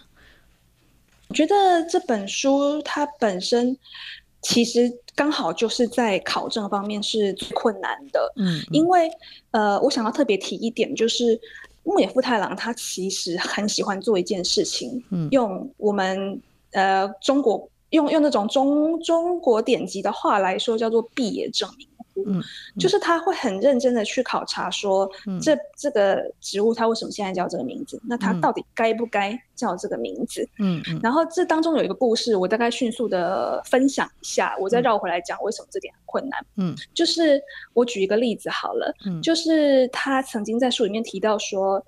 [SPEAKER 3] 我觉得这本书它本身其实刚好就是在考证方面是最困难的，
[SPEAKER 1] 嗯，
[SPEAKER 3] 因为呃，我想要特别提一点，就是牧野富太郎他其实很喜欢做一件事情，
[SPEAKER 1] 嗯
[SPEAKER 3] 用我们呃中国用用那种中中国典籍的话来说，叫做“闭野证明”。物，就是他会很认真的去考察说，这这个植物它为什么现在叫这个名字？那它到底该不该叫这个名字？
[SPEAKER 1] 嗯嗯
[SPEAKER 3] 然后这当中有一个故事，我大概迅速的分享一下，我再绕回来讲为什么这点很困难。
[SPEAKER 1] 嗯
[SPEAKER 3] 就是我举一个例子好了，
[SPEAKER 1] 嗯
[SPEAKER 3] 就是他曾经在书里面提到说，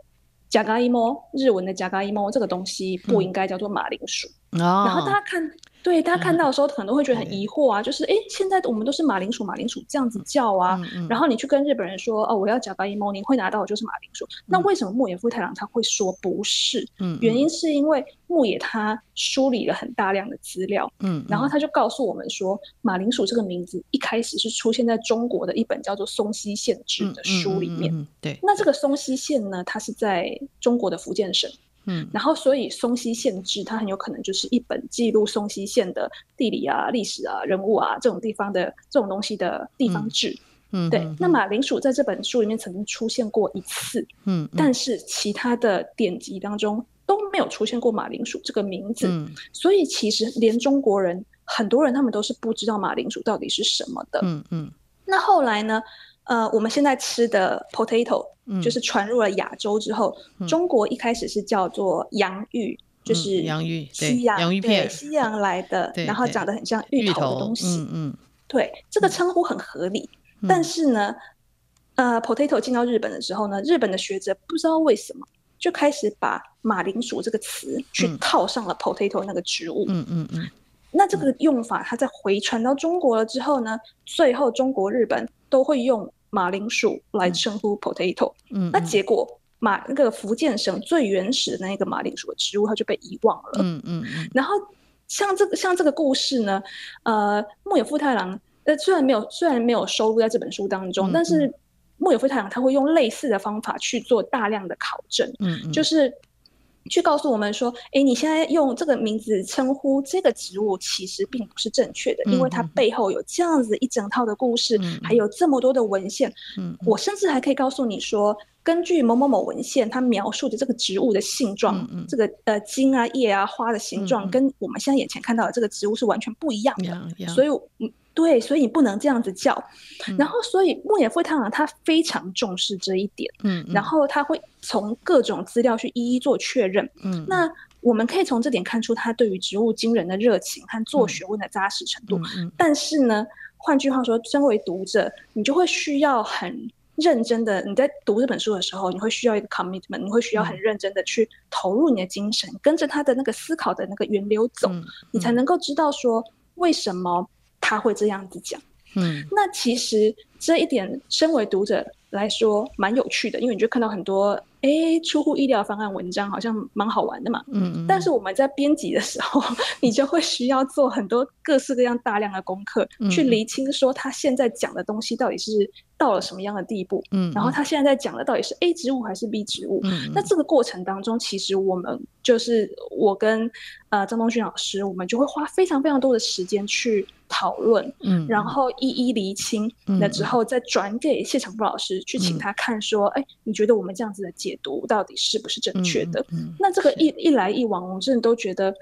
[SPEAKER 3] 甲嘎伊猫日文的甲嘎伊猫这个东西不
[SPEAKER 1] 嗯
[SPEAKER 3] 应该叫做马铃薯。
[SPEAKER 1] 哦，
[SPEAKER 3] 然后大家看，对
[SPEAKER 1] 嗯
[SPEAKER 3] 大家看到的时候，可能都会觉得很疑惑啊，就是诶，现在我们都是马铃薯，马铃薯这样子叫啊。
[SPEAKER 1] 嗯嗯
[SPEAKER 3] 然后你去跟日本人说哦，我要甲嘎伊猫，你会拿到的就是马铃薯。那为什么牧野富太郎他会说不是？
[SPEAKER 1] 嗯
[SPEAKER 3] 原因是因为牧野他梳理了很大量的资料，
[SPEAKER 1] 嗯，
[SPEAKER 3] 然后他就告诉我们说，马铃薯这个名字一开始是出现在中国的一本叫做《松溪县志》的书里面。
[SPEAKER 1] 嗯，嗯嗯嗯对，
[SPEAKER 3] 那这个松溪县呢，它是在中国的福建省，
[SPEAKER 1] 嗯
[SPEAKER 3] 然后所以松溪县志它很有可能就是一本记录松溪县的地理啊、历史啊、人物啊这种地方的这种东西的地方志。
[SPEAKER 1] 嗯，
[SPEAKER 3] 对，
[SPEAKER 1] 嗯
[SPEAKER 3] 那马铃薯在这本书里面曾经出现过一次，
[SPEAKER 1] 嗯，嗯
[SPEAKER 3] 但是其他的典籍当中都没有出现过马铃薯这个名字。
[SPEAKER 1] 嗯
[SPEAKER 3] 所以其实连中国人很多人他们都是不知道马铃薯到底是什么的。
[SPEAKER 1] 嗯嗯
[SPEAKER 3] 那后来呢？呃，我们现在吃的 potato
[SPEAKER 1] 嗯，
[SPEAKER 3] 就是传入了亚洲之后，
[SPEAKER 1] 嗯
[SPEAKER 3] 中国一开始是叫做洋芋，就
[SPEAKER 1] 嗯
[SPEAKER 3] 是
[SPEAKER 1] 洋芋对
[SPEAKER 3] 西洋
[SPEAKER 1] 洋芋
[SPEAKER 3] 对
[SPEAKER 1] 片
[SPEAKER 3] 西洋来的
[SPEAKER 1] 对，
[SPEAKER 3] 然后
[SPEAKER 1] 对
[SPEAKER 3] 长得很像
[SPEAKER 1] 芋
[SPEAKER 3] 头的东西。
[SPEAKER 1] 嗯嗯，
[SPEAKER 3] 对，这个称呼很合理，但
[SPEAKER 1] 嗯
[SPEAKER 3] 是呢，呃，potato 进到日本的时候呢，日本的学者不知道为什么就开始把马铃薯这个词去
[SPEAKER 1] 嗯
[SPEAKER 3] 套上了 potato 那个植物。
[SPEAKER 1] 嗯嗯嗯
[SPEAKER 3] 那这个用法，它在回传到中国了之后呢，最后中国、日本都会用马铃薯来称呼 potato。
[SPEAKER 1] 嗯，
[SPEAKER 3] 那结果马那个福建省最原始的那个马铃薯的植物，它就被遗忘了。
[SPEAKER 1] 嗯嗯嗯
[SPEAKER 3] 然后像这个像这个故事呢，呃，木野富太郎，呃，虽然没有虽然没有收录在这本书当中，
[SPEAKER 1] 嗯
[SPEAKER 3] 但是木野富太郎他会用类似的方法去做大量的考证。
[SPEAKER 1] 嗯，嗯
[SPEAKER 3] 就是去告诉我们说，诶，你现在用这个名字称呼这个植物，其实并不是正确的，因为它
[SPEAKER 1] 嗯嗯嗯
[SPEAKER 3] 背后有这样子一整套的故事，
[SPEAKER 1] 嗯嗯
[SPEAKER 3] 还有这么多的文献。
[SPEAKER 1] 嗯
[SPEAKER 3] 我甚至还可以告诉你说，根据某某某文献，它描述的这个植物的性状，
[SPEAKER 1] 嗯嗯
[SPEAKER 3] 这个呃茎啊、叶啊、花的形
[SPEAKER 1] 嗯
[SPEAKER 3] 状，
[SPEAKER 1] 嗯
[SPEAKER 3] 跟我们现在眼前看到的这个植物是完全不一样的。
[SPEAKER 1] 呀呀，
[SPEAKER 3] 所
[SPEAKER 1] 以
[SPEAKER 3] 以我，嗯，对，所以你不能这样子叫。
[SPEAKER 1] 嗯
[SPEAKER 3] 然后，所以木野富太郎他非常重视这一点。
[SPEAKER 1] 嗯，
[SPEAKER 3] 然后他会从各种资料去一一做确认。
[SPEAKER 1] 嗯
[SPEAKER 3] 那我们可以从这点看出他对于植物惊人的热情和做学问的扎实程度。
[SPEAKER 1] 嗯嗯
[SPEAKER 3] 但是呢，换句话说，身为读者，你就会需要很认真的，你在读这本书的时候，你会需要一个 commitment，你会需
[SPEAKER 1] 嗯
[SPEAKER 3] 要很认真的去投入你的精神，跟着他的那个思考的那个源流走，
[SPEAKER 1] 嗯
[SPEAKER 3] 你才能够知道说为什么他会这样子讲。
[SPEAKER 1] 嗯
[SPEAKER 3] 那其实这一点，身为读者来说蛮有趣的，因为你就看到很多诶出乎意料的方案文章，好像蛮好玩的嘛。
[SPEAKER 1] 嗯，
[SPEAKER 3] 但是我们在编辑的时候， 你就会需要做很多各式各样大量的功课，
[SPEAKER 1] 嗯
[SPEAKER 3] 去厘清说他现在讲的东西到底是到了什么样的地步，
[SPEAKER 1] 嗯，
[SPEAKER 3] 然后他现在在讲的到底是 A 植物还是 B 植物。
[SPEAKER 1] 嗯
[SPEAKER 3] 那这个过程当中，其实我们就是我跟呃张东勋老师，我们就会花非常非常多的时间去讨论，
[SPEAKER 1] 嗯，
[SPEAKER 3] 然后一一厘清
[SPEAKER 1] 嗯
[SPEAKER 3] 了之后，再转给谢长富老师去请
[SPEAKER 1] 嗯
[SPEAKER 3] 他看，说，哎、你觉得我们这样子的解读到底是不是正确的？
[SPEAKER 1] 嗯
[SPEAKER 3] 那这个一一来一往，我真的都觉得，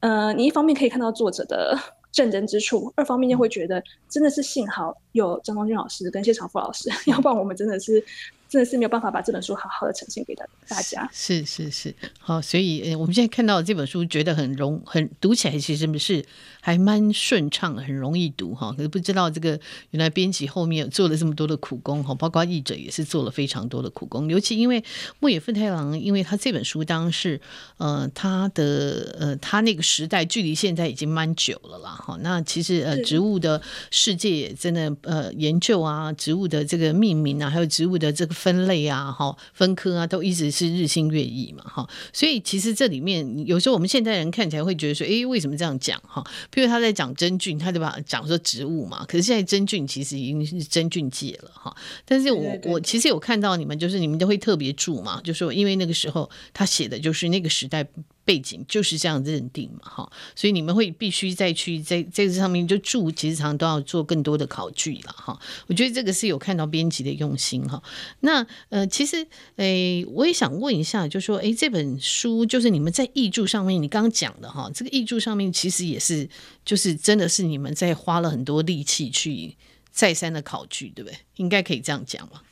[SPEAKER 3] 呃，你一方面可以看到作者的 认真之处，二方面
[SPEAKER 1] 嗯
[SPEAKER 3] 又会觉得真的是幸好有张东军老师跟谢长富老师， 要不然我们真的是真的是没有办法把这本书好好的呈现给大大家。
[SPEAKER 1] 是是是，好，所以呃我们现在看到这本书，觉得很容很读起来，其实是还蛮顺畅，很容易读哈。可是不知道这个原来编辑后面做了这么多的苦工哈，包括译者也是做了非常多的苦工。尤其因为木野富太郎，因为他这本书当时呃他的呃他那个时代距离现在已经蛮久了啦哈。那其实呃
[SPEAKER 3] 是
[SPEAKER 1] 植物的世界也真的呃研究啊，植物的这个命名啊，还有植物的这个分类啊，哈分科啊，都一直是日新月异嘛哈。所以其实这里面有时候我们现代人看起来会觉得说，诶，为什么这样讲哈？譬如他在讲真菌，他就把讲说植物嘛，可是现在真菌其实已经是真菌界了哈。但是我
[SPEAKER 3] 对对对
[SPEAKER 1] 我其实有看到你们，就是你们都会特别注嘛，就说因为那个时候他写的就是那个时代背景就是这样认定嘛哈，所以你们会必须再去在在这上面就注，其实常常都要做更多的考据了哈。我觉得这个是有看到编辑的用心哈。那呃，其实诶，我也想问一下，就说诶，这本书就是你们在译著上面，你刚刚讲的哈，这个译著上面其实也是，就是真的是你们在花了很多力气去再三的考据，对不对？应该可以这样讲吧？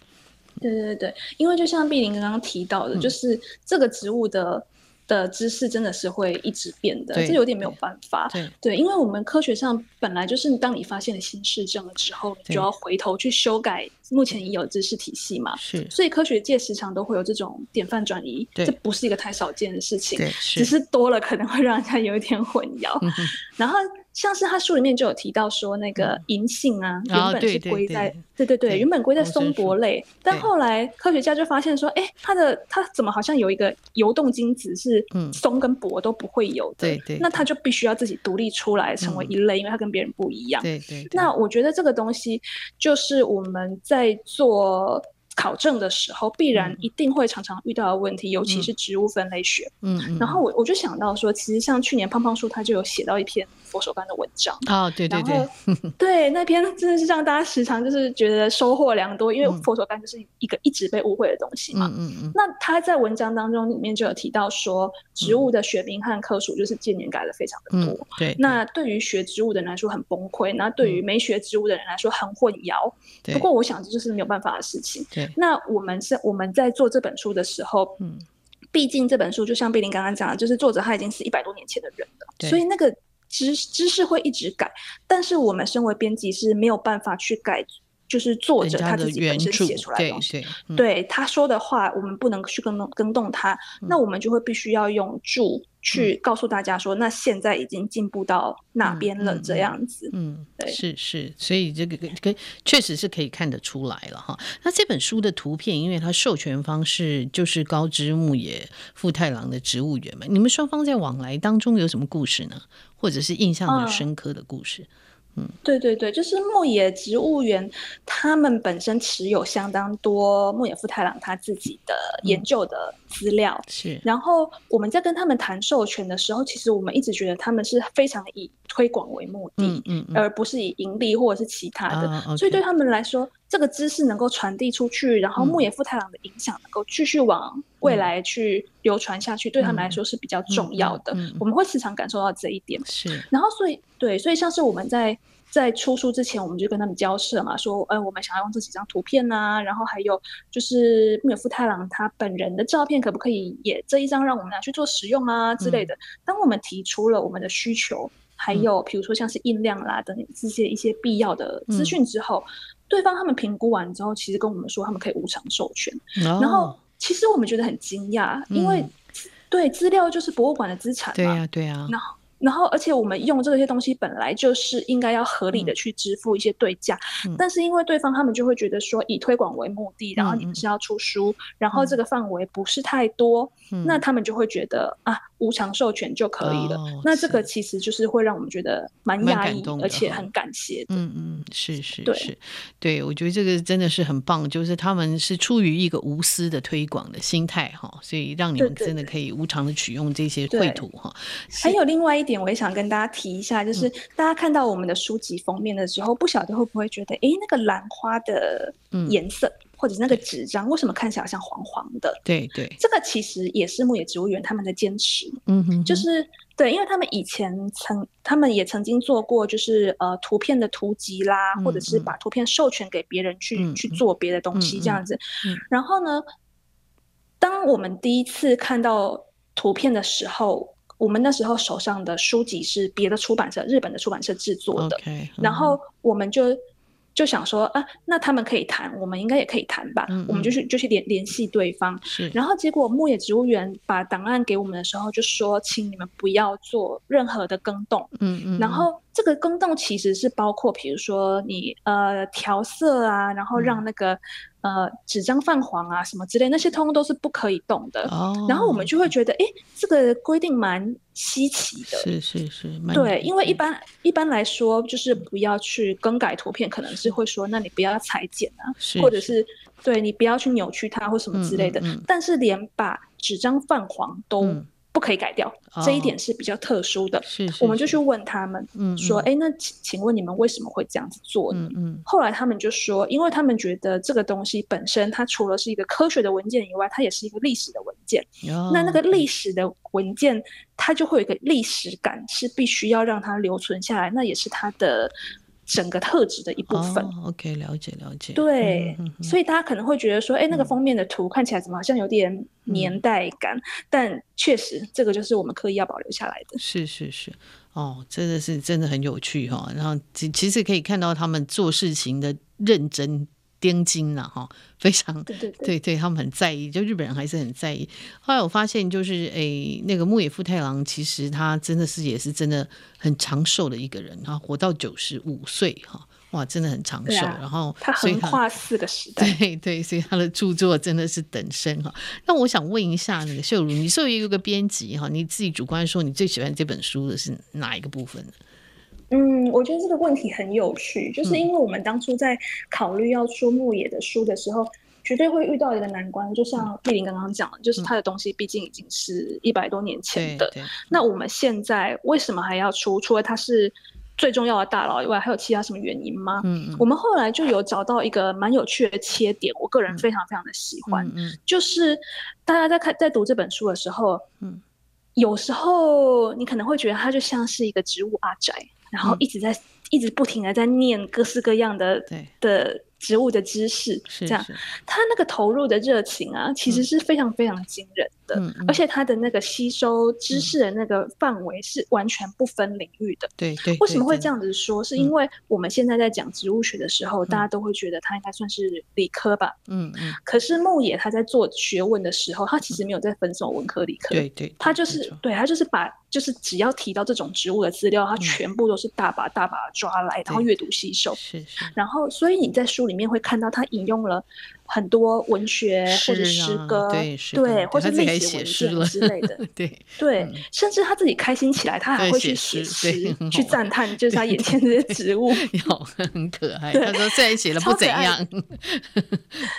[SPEAKER 3] 对对对，因为就像碧玲刚刚提到
[SPEAKER 1] 嗯
[SPEAKER 3] 的，就是这个植物的的知识真的是会一直变的，
[SPEAKER 1] 对
[SPEAKER 3] 这有点没有办法。
[SPEAKER 1] 对
[SPEAKER 3] 对，因为我们科学上本来就是，当你发现了新事证了之后，你
[SPEAKER 1] 对
[SPEAKER 3] 就要回头去修改目前已有知识体系嘛。
[SPEAKER 1] 是，
[SPEAKER 3] 所以科学界时常都会有这种典范转移，
[SPEAKER 1] 对
[SPEAKER 3] 这不是一个太少见的事情，
[SPEAKER 1] 对，
[SPEAKER 3] 只是多了可能会让人家有一点混淆。
[SPEAKER 1] 嗯哼嗯
[SPEAKER 3] 然后像是他书里面就有提到说，那个银杏啊，
[SPEAKER 1] 啊
[SPEAKER 3] 原本
[SPEAKER 1] 对
[SPEAKER 3] 是
[SPEAKER 1] 对
[SPEAKER 3] 归
[SPEAKER 1] 对
[SPEAKER 3] 在对对
[SPEAKER 1] 对
[SPEAKER 3] 对，原本归在
[SPEAKER 1] 红参
[SPEAKER 3] 松柏
[SPEAKER 1] 树
[SPEAKER 3] 类，但
[SPEAKER 1] 对
[SPEAKER 3] 后来科学家就发现说，哎，它的它怎么好像有一个游动精子是
[SPEAKER 1] 嗯
[SPEAKER 3] 松跟柏都不会有的，
[SPEAKER 1] 对对
[SPEAKER 3] 那它就必须要自己独立出来成为
[SPEAKER 1] 嗯
[SPEAKER 3] 一类，因为它跟别人不一样。
[SPEAKER 1] 对对，对
[SPEAKER 3] 那我觉得这个东西就是我们在做考证的时候，必然
[SPEAKER 1] 嗯
[SPEAKER 3] 一定会常常遇到的问题，尤其是植物分类学。
[SPEAKER 1] 嗯嗯，
[SPEAKER 3] 然后我我就想到说，其实像去年胖胖叔他就有写到一篇佛手柑的文章，
[SPEAKER 1] 哦，对对
[SPEAKER 3] 然
[SPEAKER 1] 对
[SPEAKER 3] 后， 对那篇真的是让大家时常就是觉得收获良多，因为
[SPEAKER 1] 嗯
[SPEAKER 3] 佛手柑就是一个一直被误会的东西嘛。
[SPEAKER 1] 嗯嗯嗯，
[SPEAKER 3] 那他在文章当中里面就有提到说，植物的学名和科属就是近年改的非常的多。
[SPEAKER 1] 嗯对，
[SPEAKER 3] 那对于学植物的人来说很崩溃，那对于
[SPEAKER 1] 嗯
[SPEAKER 3] 没学植物的人来说很混淆。
[SPEAKER 1] 对
[SPEAKER 3] 不过我想这就是没有办法的事情。
[SPEAKER 1] 对，
[SPEAKER 3] 那我们是我们在做这本书的时候，
[SPEAKER 1] 嗯
[SPEAKER 3] 毕竟这本书就像贝林刚刚讲的，就是作者他已经是一百多年前的人
[SPEAKER 1] 对
[SPEAKER 3] 了，所以那个知知识会一直改，但是我们身为编辑是没有办法去改，就是作
[SPEAKER 1] 人
[SPEAKER 3] 者
[SPEAKER 1] 家
[SPEAKER 3] 他
[SPEAKER 1] 的
[SPEAKER 3] 自己
[SPEAKER 1] 原
[SPEAKER 3] 本身
[SPEAKER 1] 著，
[SPEAKER 3] 写出来的
[SPEAKER 1] 对
[SPEAKER 3] 东西。
[SPEAKER 1] 对嗯
[SPEAKER 3] 对他说的话，我们不能去更动更动它，
[SPEAKER 1] 嗯
[SPEAKER 3] 那我们就会必须要用注去告诉大家说，那现在已经进步到哪边
[SPEAKER 1] 嗯
[SPEAKER 3] 了
[SPEAKER 1] 嗯
[SPEAKER 3] 这
[SPEAKER 1] 嗯
[SPEAKER 3] 样子。
[SPEAKER 1] 嗯，
[SPEAKER 3] 对
[SPEAKER 1] 是是，所以这个可确实是可以看得出来了哈。那这本书的图片，因为它授权方是就是高知牧野富太郎的植物园嘛，你们双方在往来当中有什么故事呢？或者是印象很
[SPEAKER 3] 嗯
[SPEAKER 1] 深刻的故事？
[SPEAKER 3] 对对对，就是牧野植物园，他们本身持有相当多牧野富太郎他自己的
[SPEAKER 1] 嗯
[SPEAKER 3] 研究的资料。
[SPEAKER 1] 是
[SPEAKER 3] 然后我们在跟他们谈授权的时候，其实我们一直觉得他们是非常以推广为目的，
[SPEAKER 1] 嗯嗯嗯，
[SPEAKER 3] 而不是以盈利或者是其他的。
[SPEAKER 1] 啊，OK
[SPEAKER 3] 所以对他们来说，这个知识能够传递出去，然后
[SPEAKER 1] 嗯
[SPEAKER 3] 牧野富太郎的影响能够继续往未
[SPEAKER 1] 嗯
[SPEAKER 3] 来去流传下去，对他们来
[SPEAKER 1] 嗯
[SPEAKER 3] 说是比较重要的。
[SPEAKER 1] 嗯嗯嗯
[SPEAKER 3] 我们会时常感受到这一点。
[SPEAKER 1] 是
[SPEAKER 3] 然后所以对，所以像是我们在在出书之前，我们就跟他们交涉嘛，说，呃，我们想要用这几张图片呐、然后还有就是木野富太郎他本人的照片，可不可以也这一张让我们拿去做使用啊之
[SPEAKER 1] 嗯
[SPEAKER 3] 类的。当我们提出了我们的需求，还有比如说像是印量啦等这些一些必要的
[SPEAKER 1] 嗯
[SPEAKER 3] 资讯之后，对方他们评估完之后，其实跟我们说他们可以无偿授权。
[SPEAKER 1] 然
[SPEAKER 3] 然后其实我们觉得很惊讶，因为
[SPEAKER 1] 哦嗯
[SPEAKER 3] 对资料就是博物馆的资产
[SPEAKER 1] 对
[SPEAKER 3] 嘛，
[SPEAKER 1] 呀对呀，
[SPEAKER 3] 然后，然后，而且我们用这些东西本来就是应该要合理的去支付一些对价，
[SPEAKER 1] 嗯
[SPEAKER 3] 但是因为对方他们就会觉得说以推广为目的，然后你
[SPEAKER 1] 嗯嗯
[SPEAKER 3] 们是要出书，然后这个范围不是太多，
[SPEAKER 1] 嗯
[SPEAKER 3] 那他们就会觉得啊无偿授权就可以了。
[SPEAKER 1] 哦
[SPEAKER 3] 那这个
[SPEAKER 1] 是
[SPEAKER 3] 其实就是会让我们觉得蛮
[SPEAKER 1] 蛮
[SPEAKER 3] 讶
[SPEAKER 1] 感
[SPEAKER 3] 异
[SPEAKER 1] 动，的
[SPEAKER 3] 而且
[SPEAKER 1] 哈
[SPEAKER 3] 很感谢的。
[SPEAKER 1] 嗯嗯，是是
[SPEAKER 3] 对
[SPEAKER 1] 是，对我觉得这个真的是很棒，就是他们是出于一个无私的推广的心态哈，所以让你
[SPEAKER 3] 对
[SPEAKER 1] 们
[SPEAKER 3] 对
[SPEAKER 1] 真的
[SPEAKER 3] 对
[SPEAKER 1] 可以无偿的取用这些绘
[SPEAKER 3] 对
[SPEAKER 1] 图哈。
[SPEAKER 3] 还有另外一点，我也想跟大家提一下，
[SPEAKER 1] 嗯
[SPEAKER 3] 就是大家看到我们的书籍封面的时候，不晓得会不会觉得，诶，那个兰花的
[SPEAKER 1] 嗯
[SPEAKER 3] 颜色、或者是那个纸张，为什么看起来好像黄黄的？
[SPEAKER 1] 对对，
[SPEAKER 3] 这个其实也是牧野植物园他们的坚持，
[SPEAKER 1] 嗯哼哼，
[SPEAKER 3] 就是对，因为他们以前曾，他们也曾经做过，就是呃图片的图集啦，
[SPEAKER 1] 嗯
[SPEAKER 3] 或者是把图片授权给别人去、
[SPEAKER 1] 嗯
[SPEAKER 3] 去
[SPEAKER 1] 嗯
[SPEAKER 3] 做别的东西
[SPEAKER 1] 嗯
[SPEAKER 3] 这样子。
[SPEAKER 1] 嗯
[SPEAKER 3] 然后呢，当我们第一次看到图片的时候，我们那时候手上的书籍是别的出版社，日本的出版社制作的。
[SPEAKER 1] OK，
[SPEAKER 3] 然
[SPEAKER 1] 嗯
[SPEAKER 3] 后我们就就想说啊，那他们可以谈，我们应该也可以谈吧。
[SPEAKER 1] 嗯
[SPEAKER 3] 我们就去就去联联系对方。
[SPEAKER 1] 是
[SPEAKER 3] 然后结果牧野植物园把档案给我们的时候，就说请你们不要做任何的更动。
[SPEAKER 1] 嗯嗯，
[SPEAKER 3] 然
[SPEAKER 1] 嗯
[SPEAKER 3] 后这个更动其实是包括，比如说你呃调色啊，然后
[SPEAKER 1] 嗯
[SPEAKER 3] 让那个、呃纸张泛黄啊什么之类，那些通通都是不可以动的。
[SPEAKER 1] 哦，
[SPEAKER 3] 然后我们就会觉得，诶，这个规定蛮稀奇的。
[SPEAKER 1] 是是是，蛮
[SPEAKER 3] 对，因为一般一般来说，就是不要去更改图片，可能是会说，那你不要裁剪啊，
[SPEAKER 1] 是
[SPEAKER 3] 或者是对你不要去扭曲它或什么之类的。
[SPEAKER 1] 嗯嗯嗯
[SPEAKER 3] 但是连把纸张泛黄都
[SPEAKER 1] 嗯
[SPEAKER 3] 不可以改掉，
[SPEAKER 1] 哦
[SPEAKER 3] 这一点是比较特殊的。
[SPEAKER 1] 是是，
[SPEAKER 3] 我们就是去问他们
[SPEAKER 1] 嗯
[SPEAKER 3] 说：“
[SPEAKER 1] 嗯
[SPEAKER 3] 哎、那请请问你们为什么会这样子做呢？”
[SPEAKER 1] 嗯嗯
[SPEAKER 3] 后来他们就说，因为他们觉得这个东西本身，它除了是一个科学的文件以外，它也是一个历史的文件。
[SPEAKER 1] 哦
[SPEAKER 3] 那那个历史的文件，它就会有一个历史感，是必须要让它留存下来，那也是它的整个特质的一部分。
[SPEAKER 1] 哦、OK，了解了解。
[SPEAKER 3] 对，
[SPEAKER 1] 嗯嗯嗯
[SPEAKER 3] 所以大家可能会觉得说，哎，那个封面的图看起来怎么好像有
[SPEAKER 1] 嗯
[SPEAKER 3] 点年代感？但确实，这个就是我们刻意要保留下来的。
[SPEAKER 1] 是是是，哦，真的是真的很有趣哈、然后其其实可以看到他们做事情的认真。钉金了哈，非常
[SPEAKER 3] 对对对
[SPEAKER 1] 对对，他们很在意，就日本人还是很在意。后来我发现，就是诶、那个木野富太郎，其实他真的是也是真的很长寿的一个人，他活到九十五岁哈，哇，真的很长
[SPEAKER 3] 对
[SPEAKER 1] 寿。
[SPEAKER 3] 啊
[SPEAKER 1] 然后
[SPEAKER 3] 它
[SPEAKER 1] 所以
[SPEAKER 3] 横跨四个时代。
[SPEAKER 1] 对对，所以他的著作真的是等身哈。那我想问一下那个秀如，你作为一个编辑哈，你自己主观说你最喜欢这本书的是哪一个部分呢？
[SPEAKER 3] 嗯，我觉得这个问题很有趣，
[SPEAKER 1] 嗯
[SPEAKER 3] 就是因为我们当初在考虑要出牧野的书的时候，绝对会遇到一个难关，就
[SPEAKER 1] 嗯
[SPEAKER 3] 像丽玲刚刚讲的，就是他的东西毕竟已经是一百多年前
[SPEAKER 1] 对
[SPEAKER 3] 的，
[SPEAKER 1] 对，
[SPEAKER 3] 那我们现在为什么还要出？除了他是最重要的大佬以外，还有其他什么原因吗？
[SPEAKER 1] 嗯嗯，
[SPEAKER 3] 我们后来就有找到一个蛮有趣的切点，我个人非常非常的喜欢，
[SPEAKER 1] 嗯嗯
[SPEAKER 3] 就是大家在看在读这本书的时候，
[SPEAKER 1] 嗯，
[SPEAKER 3] 有时候你可能会觉得它就像是一个植物阿宅，然后
[SPEAKER 1] 嗯
[SPEAKER 3] 一直在、一直不停的在念各式各样的
[SPEAKER 1] 对
[SPEAKER 3] 的植物的知识，
[SPEAKER 1] 是
[SPEAKER 3] 这样，
[SPEAKER 1] 是
[SPEAKER 3] 他那个投入的热情啊，其实是非常非常惊人的，
[SPEAKER 1] 嗯嗯
[SPEAKER 3] 而且他的那个吸收知识的那个范围是完全不分领域的。
[SPEAKER 1] 对对，
[SPEAKER 3] 为什么
[SPEAKER 1] 对嗯
[SPEAKER 3] 会
[SPEAKER 1] 真
[SPEAKER 3] 这样子说？是因为我们现在在讲植物学的时候，大家都会觉得它应该算是理科吧。
[SPEAKER 1] 嗯嗯，
[SPEAKER 3] 可是牧野他在做学问的时候，他其实没有在分手文科理科，
[SPEAKER 1] 对对，
[SPEAKER 3] 他就
[SPEAKER 1] 没
[SPEAKER 3] 是
[SPEAKER 1] 错
[SPEAKER 3] 对他就是把就是只要提到这种植物的资料，他全部都是大把大把地抓来，然后
[SPEAKER 1] 嗯对
[SPEAKER 3] 阅读吸收。
[SPEAKER 1] 是是
[SPEAKER 3] 然后，所以你在书里面会看到他引用了很多文学或者诗
[SPEAKER 1] 啊
[SPEAKER 3] 歌，
[SPEAKER 1] 对诗歌
[SPEAKER 3] 对，或
[SPEAKER 1] 他
[SPEAKER 3] 是
[SPEAKER 1] 自己
[SPEAKER 3] 历
[SPEAKER 1] 还
[SPEAKER 3] 史
[SPEAKER 1] 写
[SPEAKER 3] 文
[SPEAKER 1] 诗
[SPEAKER 3] 献
[SPEAKER 1] 了
[SPEAKER 3] 之类的，
[SPEAKER 1] 对，
[SPEAKER 3] 对，甚至他自己开心起来，他
[SPEAKER 1] 嗯
[SPEAKER 3] 还
[SPEAKER 1] 对
[SPEAKER 3] 会
[SPEAKER 1] 写
[SPEAKER 3] 去写
[SPEAKER 1] 诗对
[SPEAKER 3] 诗
[SPEAKER 1] 很好，
[SPEAKER 3] 去
[SPEAKER 1] 玩
[SPEAKER 3] 赞叹就是他眼前这些 植物，
[SPEAKER 1] 有很可爱。
[SPEAKER 3] 对
[SPEAKER 1] 他说虽然写的
[SPEAKER 3] 超
[SPEAKER 1] 不
[SPEAKER 3] 可
[SPEAKER 1] 怎
[SPEAKER 3] 爱
[SPEAKER 1] 样，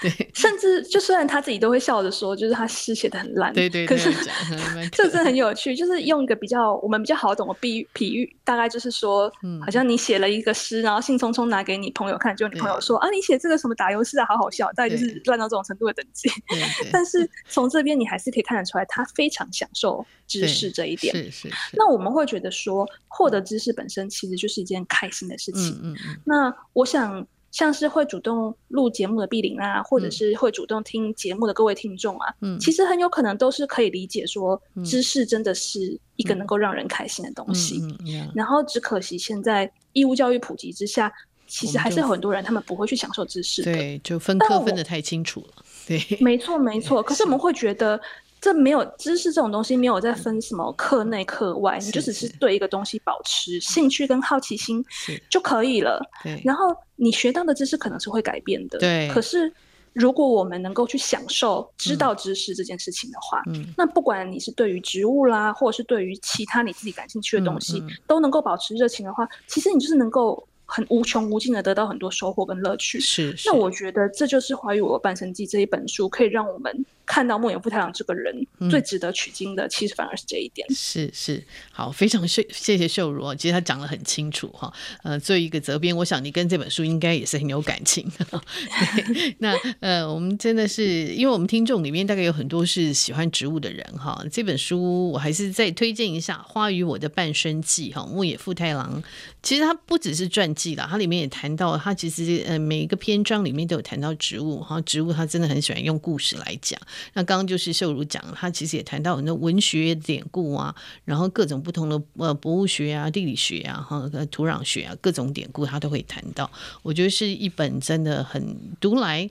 [SPEAKER 1] 对
[SPEAKER 3] 甚至就虽然他自己都会笑着说，就是他诗写的很烂，
[SPEAKER 1] 对对
[SPEAKER 3] 可
[SPEAKER 1] 对，
[SPEAKER 3] 是
[SPEAKER 1] 讲还蛮
[SPEAKER 3] 这
[SPEAKER 1] 可
[SPEAKER 3] 真的很有趣，就是用一个比较我们比较好懂的比喻，比喻大概就是说，
[SPEAKER 1] 嗯
[SPEAKER 3] 好像你写了一个诗，然后兴冲冲拿给你朋友看，就你朋友
[SPEAKER 1] 对
[SPEAKER 3] 说啊，你写这个什么打油诗啊，好好笑，大概就是
[SPEAKER 1] 对
[SPEAKER 3] 烂到这种程度的等级。
[SPEAKER 1] 对对
[SPEAKER 3] 但是从这边你还是可以看得出来，他非常享受知
[SPEAKER 1] 对
[SPEAKER 3] 识这一点。
[SPEAKER 1] 是是是，
[SPEAKER 3] 那我们会觉得说，获得知识本身其实就是一件开心的事情。
[SPEAKER 1] 嗯嗯嗯，
[SPEAKER 3] 那我想，像是会主动录节目的碧玲啊，或者
[SPEAKER 1] 嗯
[SPEAKER 3] 是会主动听节目的各位听众啊，
[SPEAKER 1] 嗯
[SPEAKER 3] 其实很有可能都是可以理解说
[SPEAKER 1] 嗯，
[SPEAKER 3] 知识真的是一个
[SPEAKER 1] 嗯
[SPEAKER 3] 能够让人开心的东西。
[SPEAKER 1] 嗯嗯呀
[SPEAKER 3] 然后只可惜现在义务教育普及之下，其
[SPEAKER 1] 我
[SPEAKER 3] 实
[SPEAKER 1] 们
[SPEAKER 3] 还
[SPEAKER 1] 就是
[SPEAKER 3] 有很多人他们不会去享受知识的。
[SPEAKER 1] 对，就分
[SPEAKER 3] 但
[SPEAKER 1] 科
[SPEAKER 3] 我
[SPEAKER 1] 分的太清楚了，对，
[SPEAKER 3] 没错，没错。可是我们会觉得。这没有知识这种东西，没有在分什么课内课外，你
[SPEAKER 1] 是
[SPEAKER 3] 就只是
[SPEAKER 1] 是
[SPEAKER 3] 对一个东西保持兴趣跟好奇心
[SPEAKER 1] 是，
[SPEAKER 3] 就可以了。
[SPEAKER 1] 对，
[SPEAKER 3] 然后你学到的知识可能是会改变的，
[SPEAKER 1] 对
[SPEAKER 3] 可是如果我们能够去享受知道知识这件事情的话，
[SPEAKER 1] 嗯，
[SPEAKER 3] 那不管你是对于植物啦，或者是对于其他你自己感兴趣的东西，
[SPEAKER 1] 嗯嗯
[SPEAKER 3] 都能够保持热情的话，其实你就是能够很无穷无尽的得到很多收获跟乐趣。
[SPEAKER 1] 是是，
[SPEAKER 3] 那我觉得这就是《华语我半生记》这一本书可以让我们看到木野富太郎这个人、
[SPEAKER 1] 嗯
[SPEAKER 3] 最值得取经的，其实反而是这一点。
[SPEAKER 1] 是是，好，非常谢谢谢秀如哦，其实她讲得很清楚哈、呃，作为一个责编，我想你跟这本书应该也是很有感情。哦 对，那呃，我们真的是，因为我们听众里面大概有很多是喜欢植物的人哈、这本书我还是再推荐一下《花与我的半生记》哈、木野富太郎。其实它不只是传记啦，它里面也谈到，它其实呃每一个篇章里面都有谈到植物，哈，植物它真的很喜欢用故事来讲。那刚刚就是秀如讲，她其实也谈到很多文学典故啊，然后各种不同的呃博物学啊、地理学啊、哈呃土壤学啊，各种典故他都会谈到。我觉得是一本真的很读来。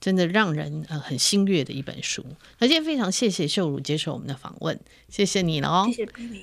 [SPEAKER 1] 真的让人呃很欣悦的一本书。那今天非常谢谢秀如接受我们的访问，谢谢你了哦，
[SPEAKER 3] 谢谢 B 林。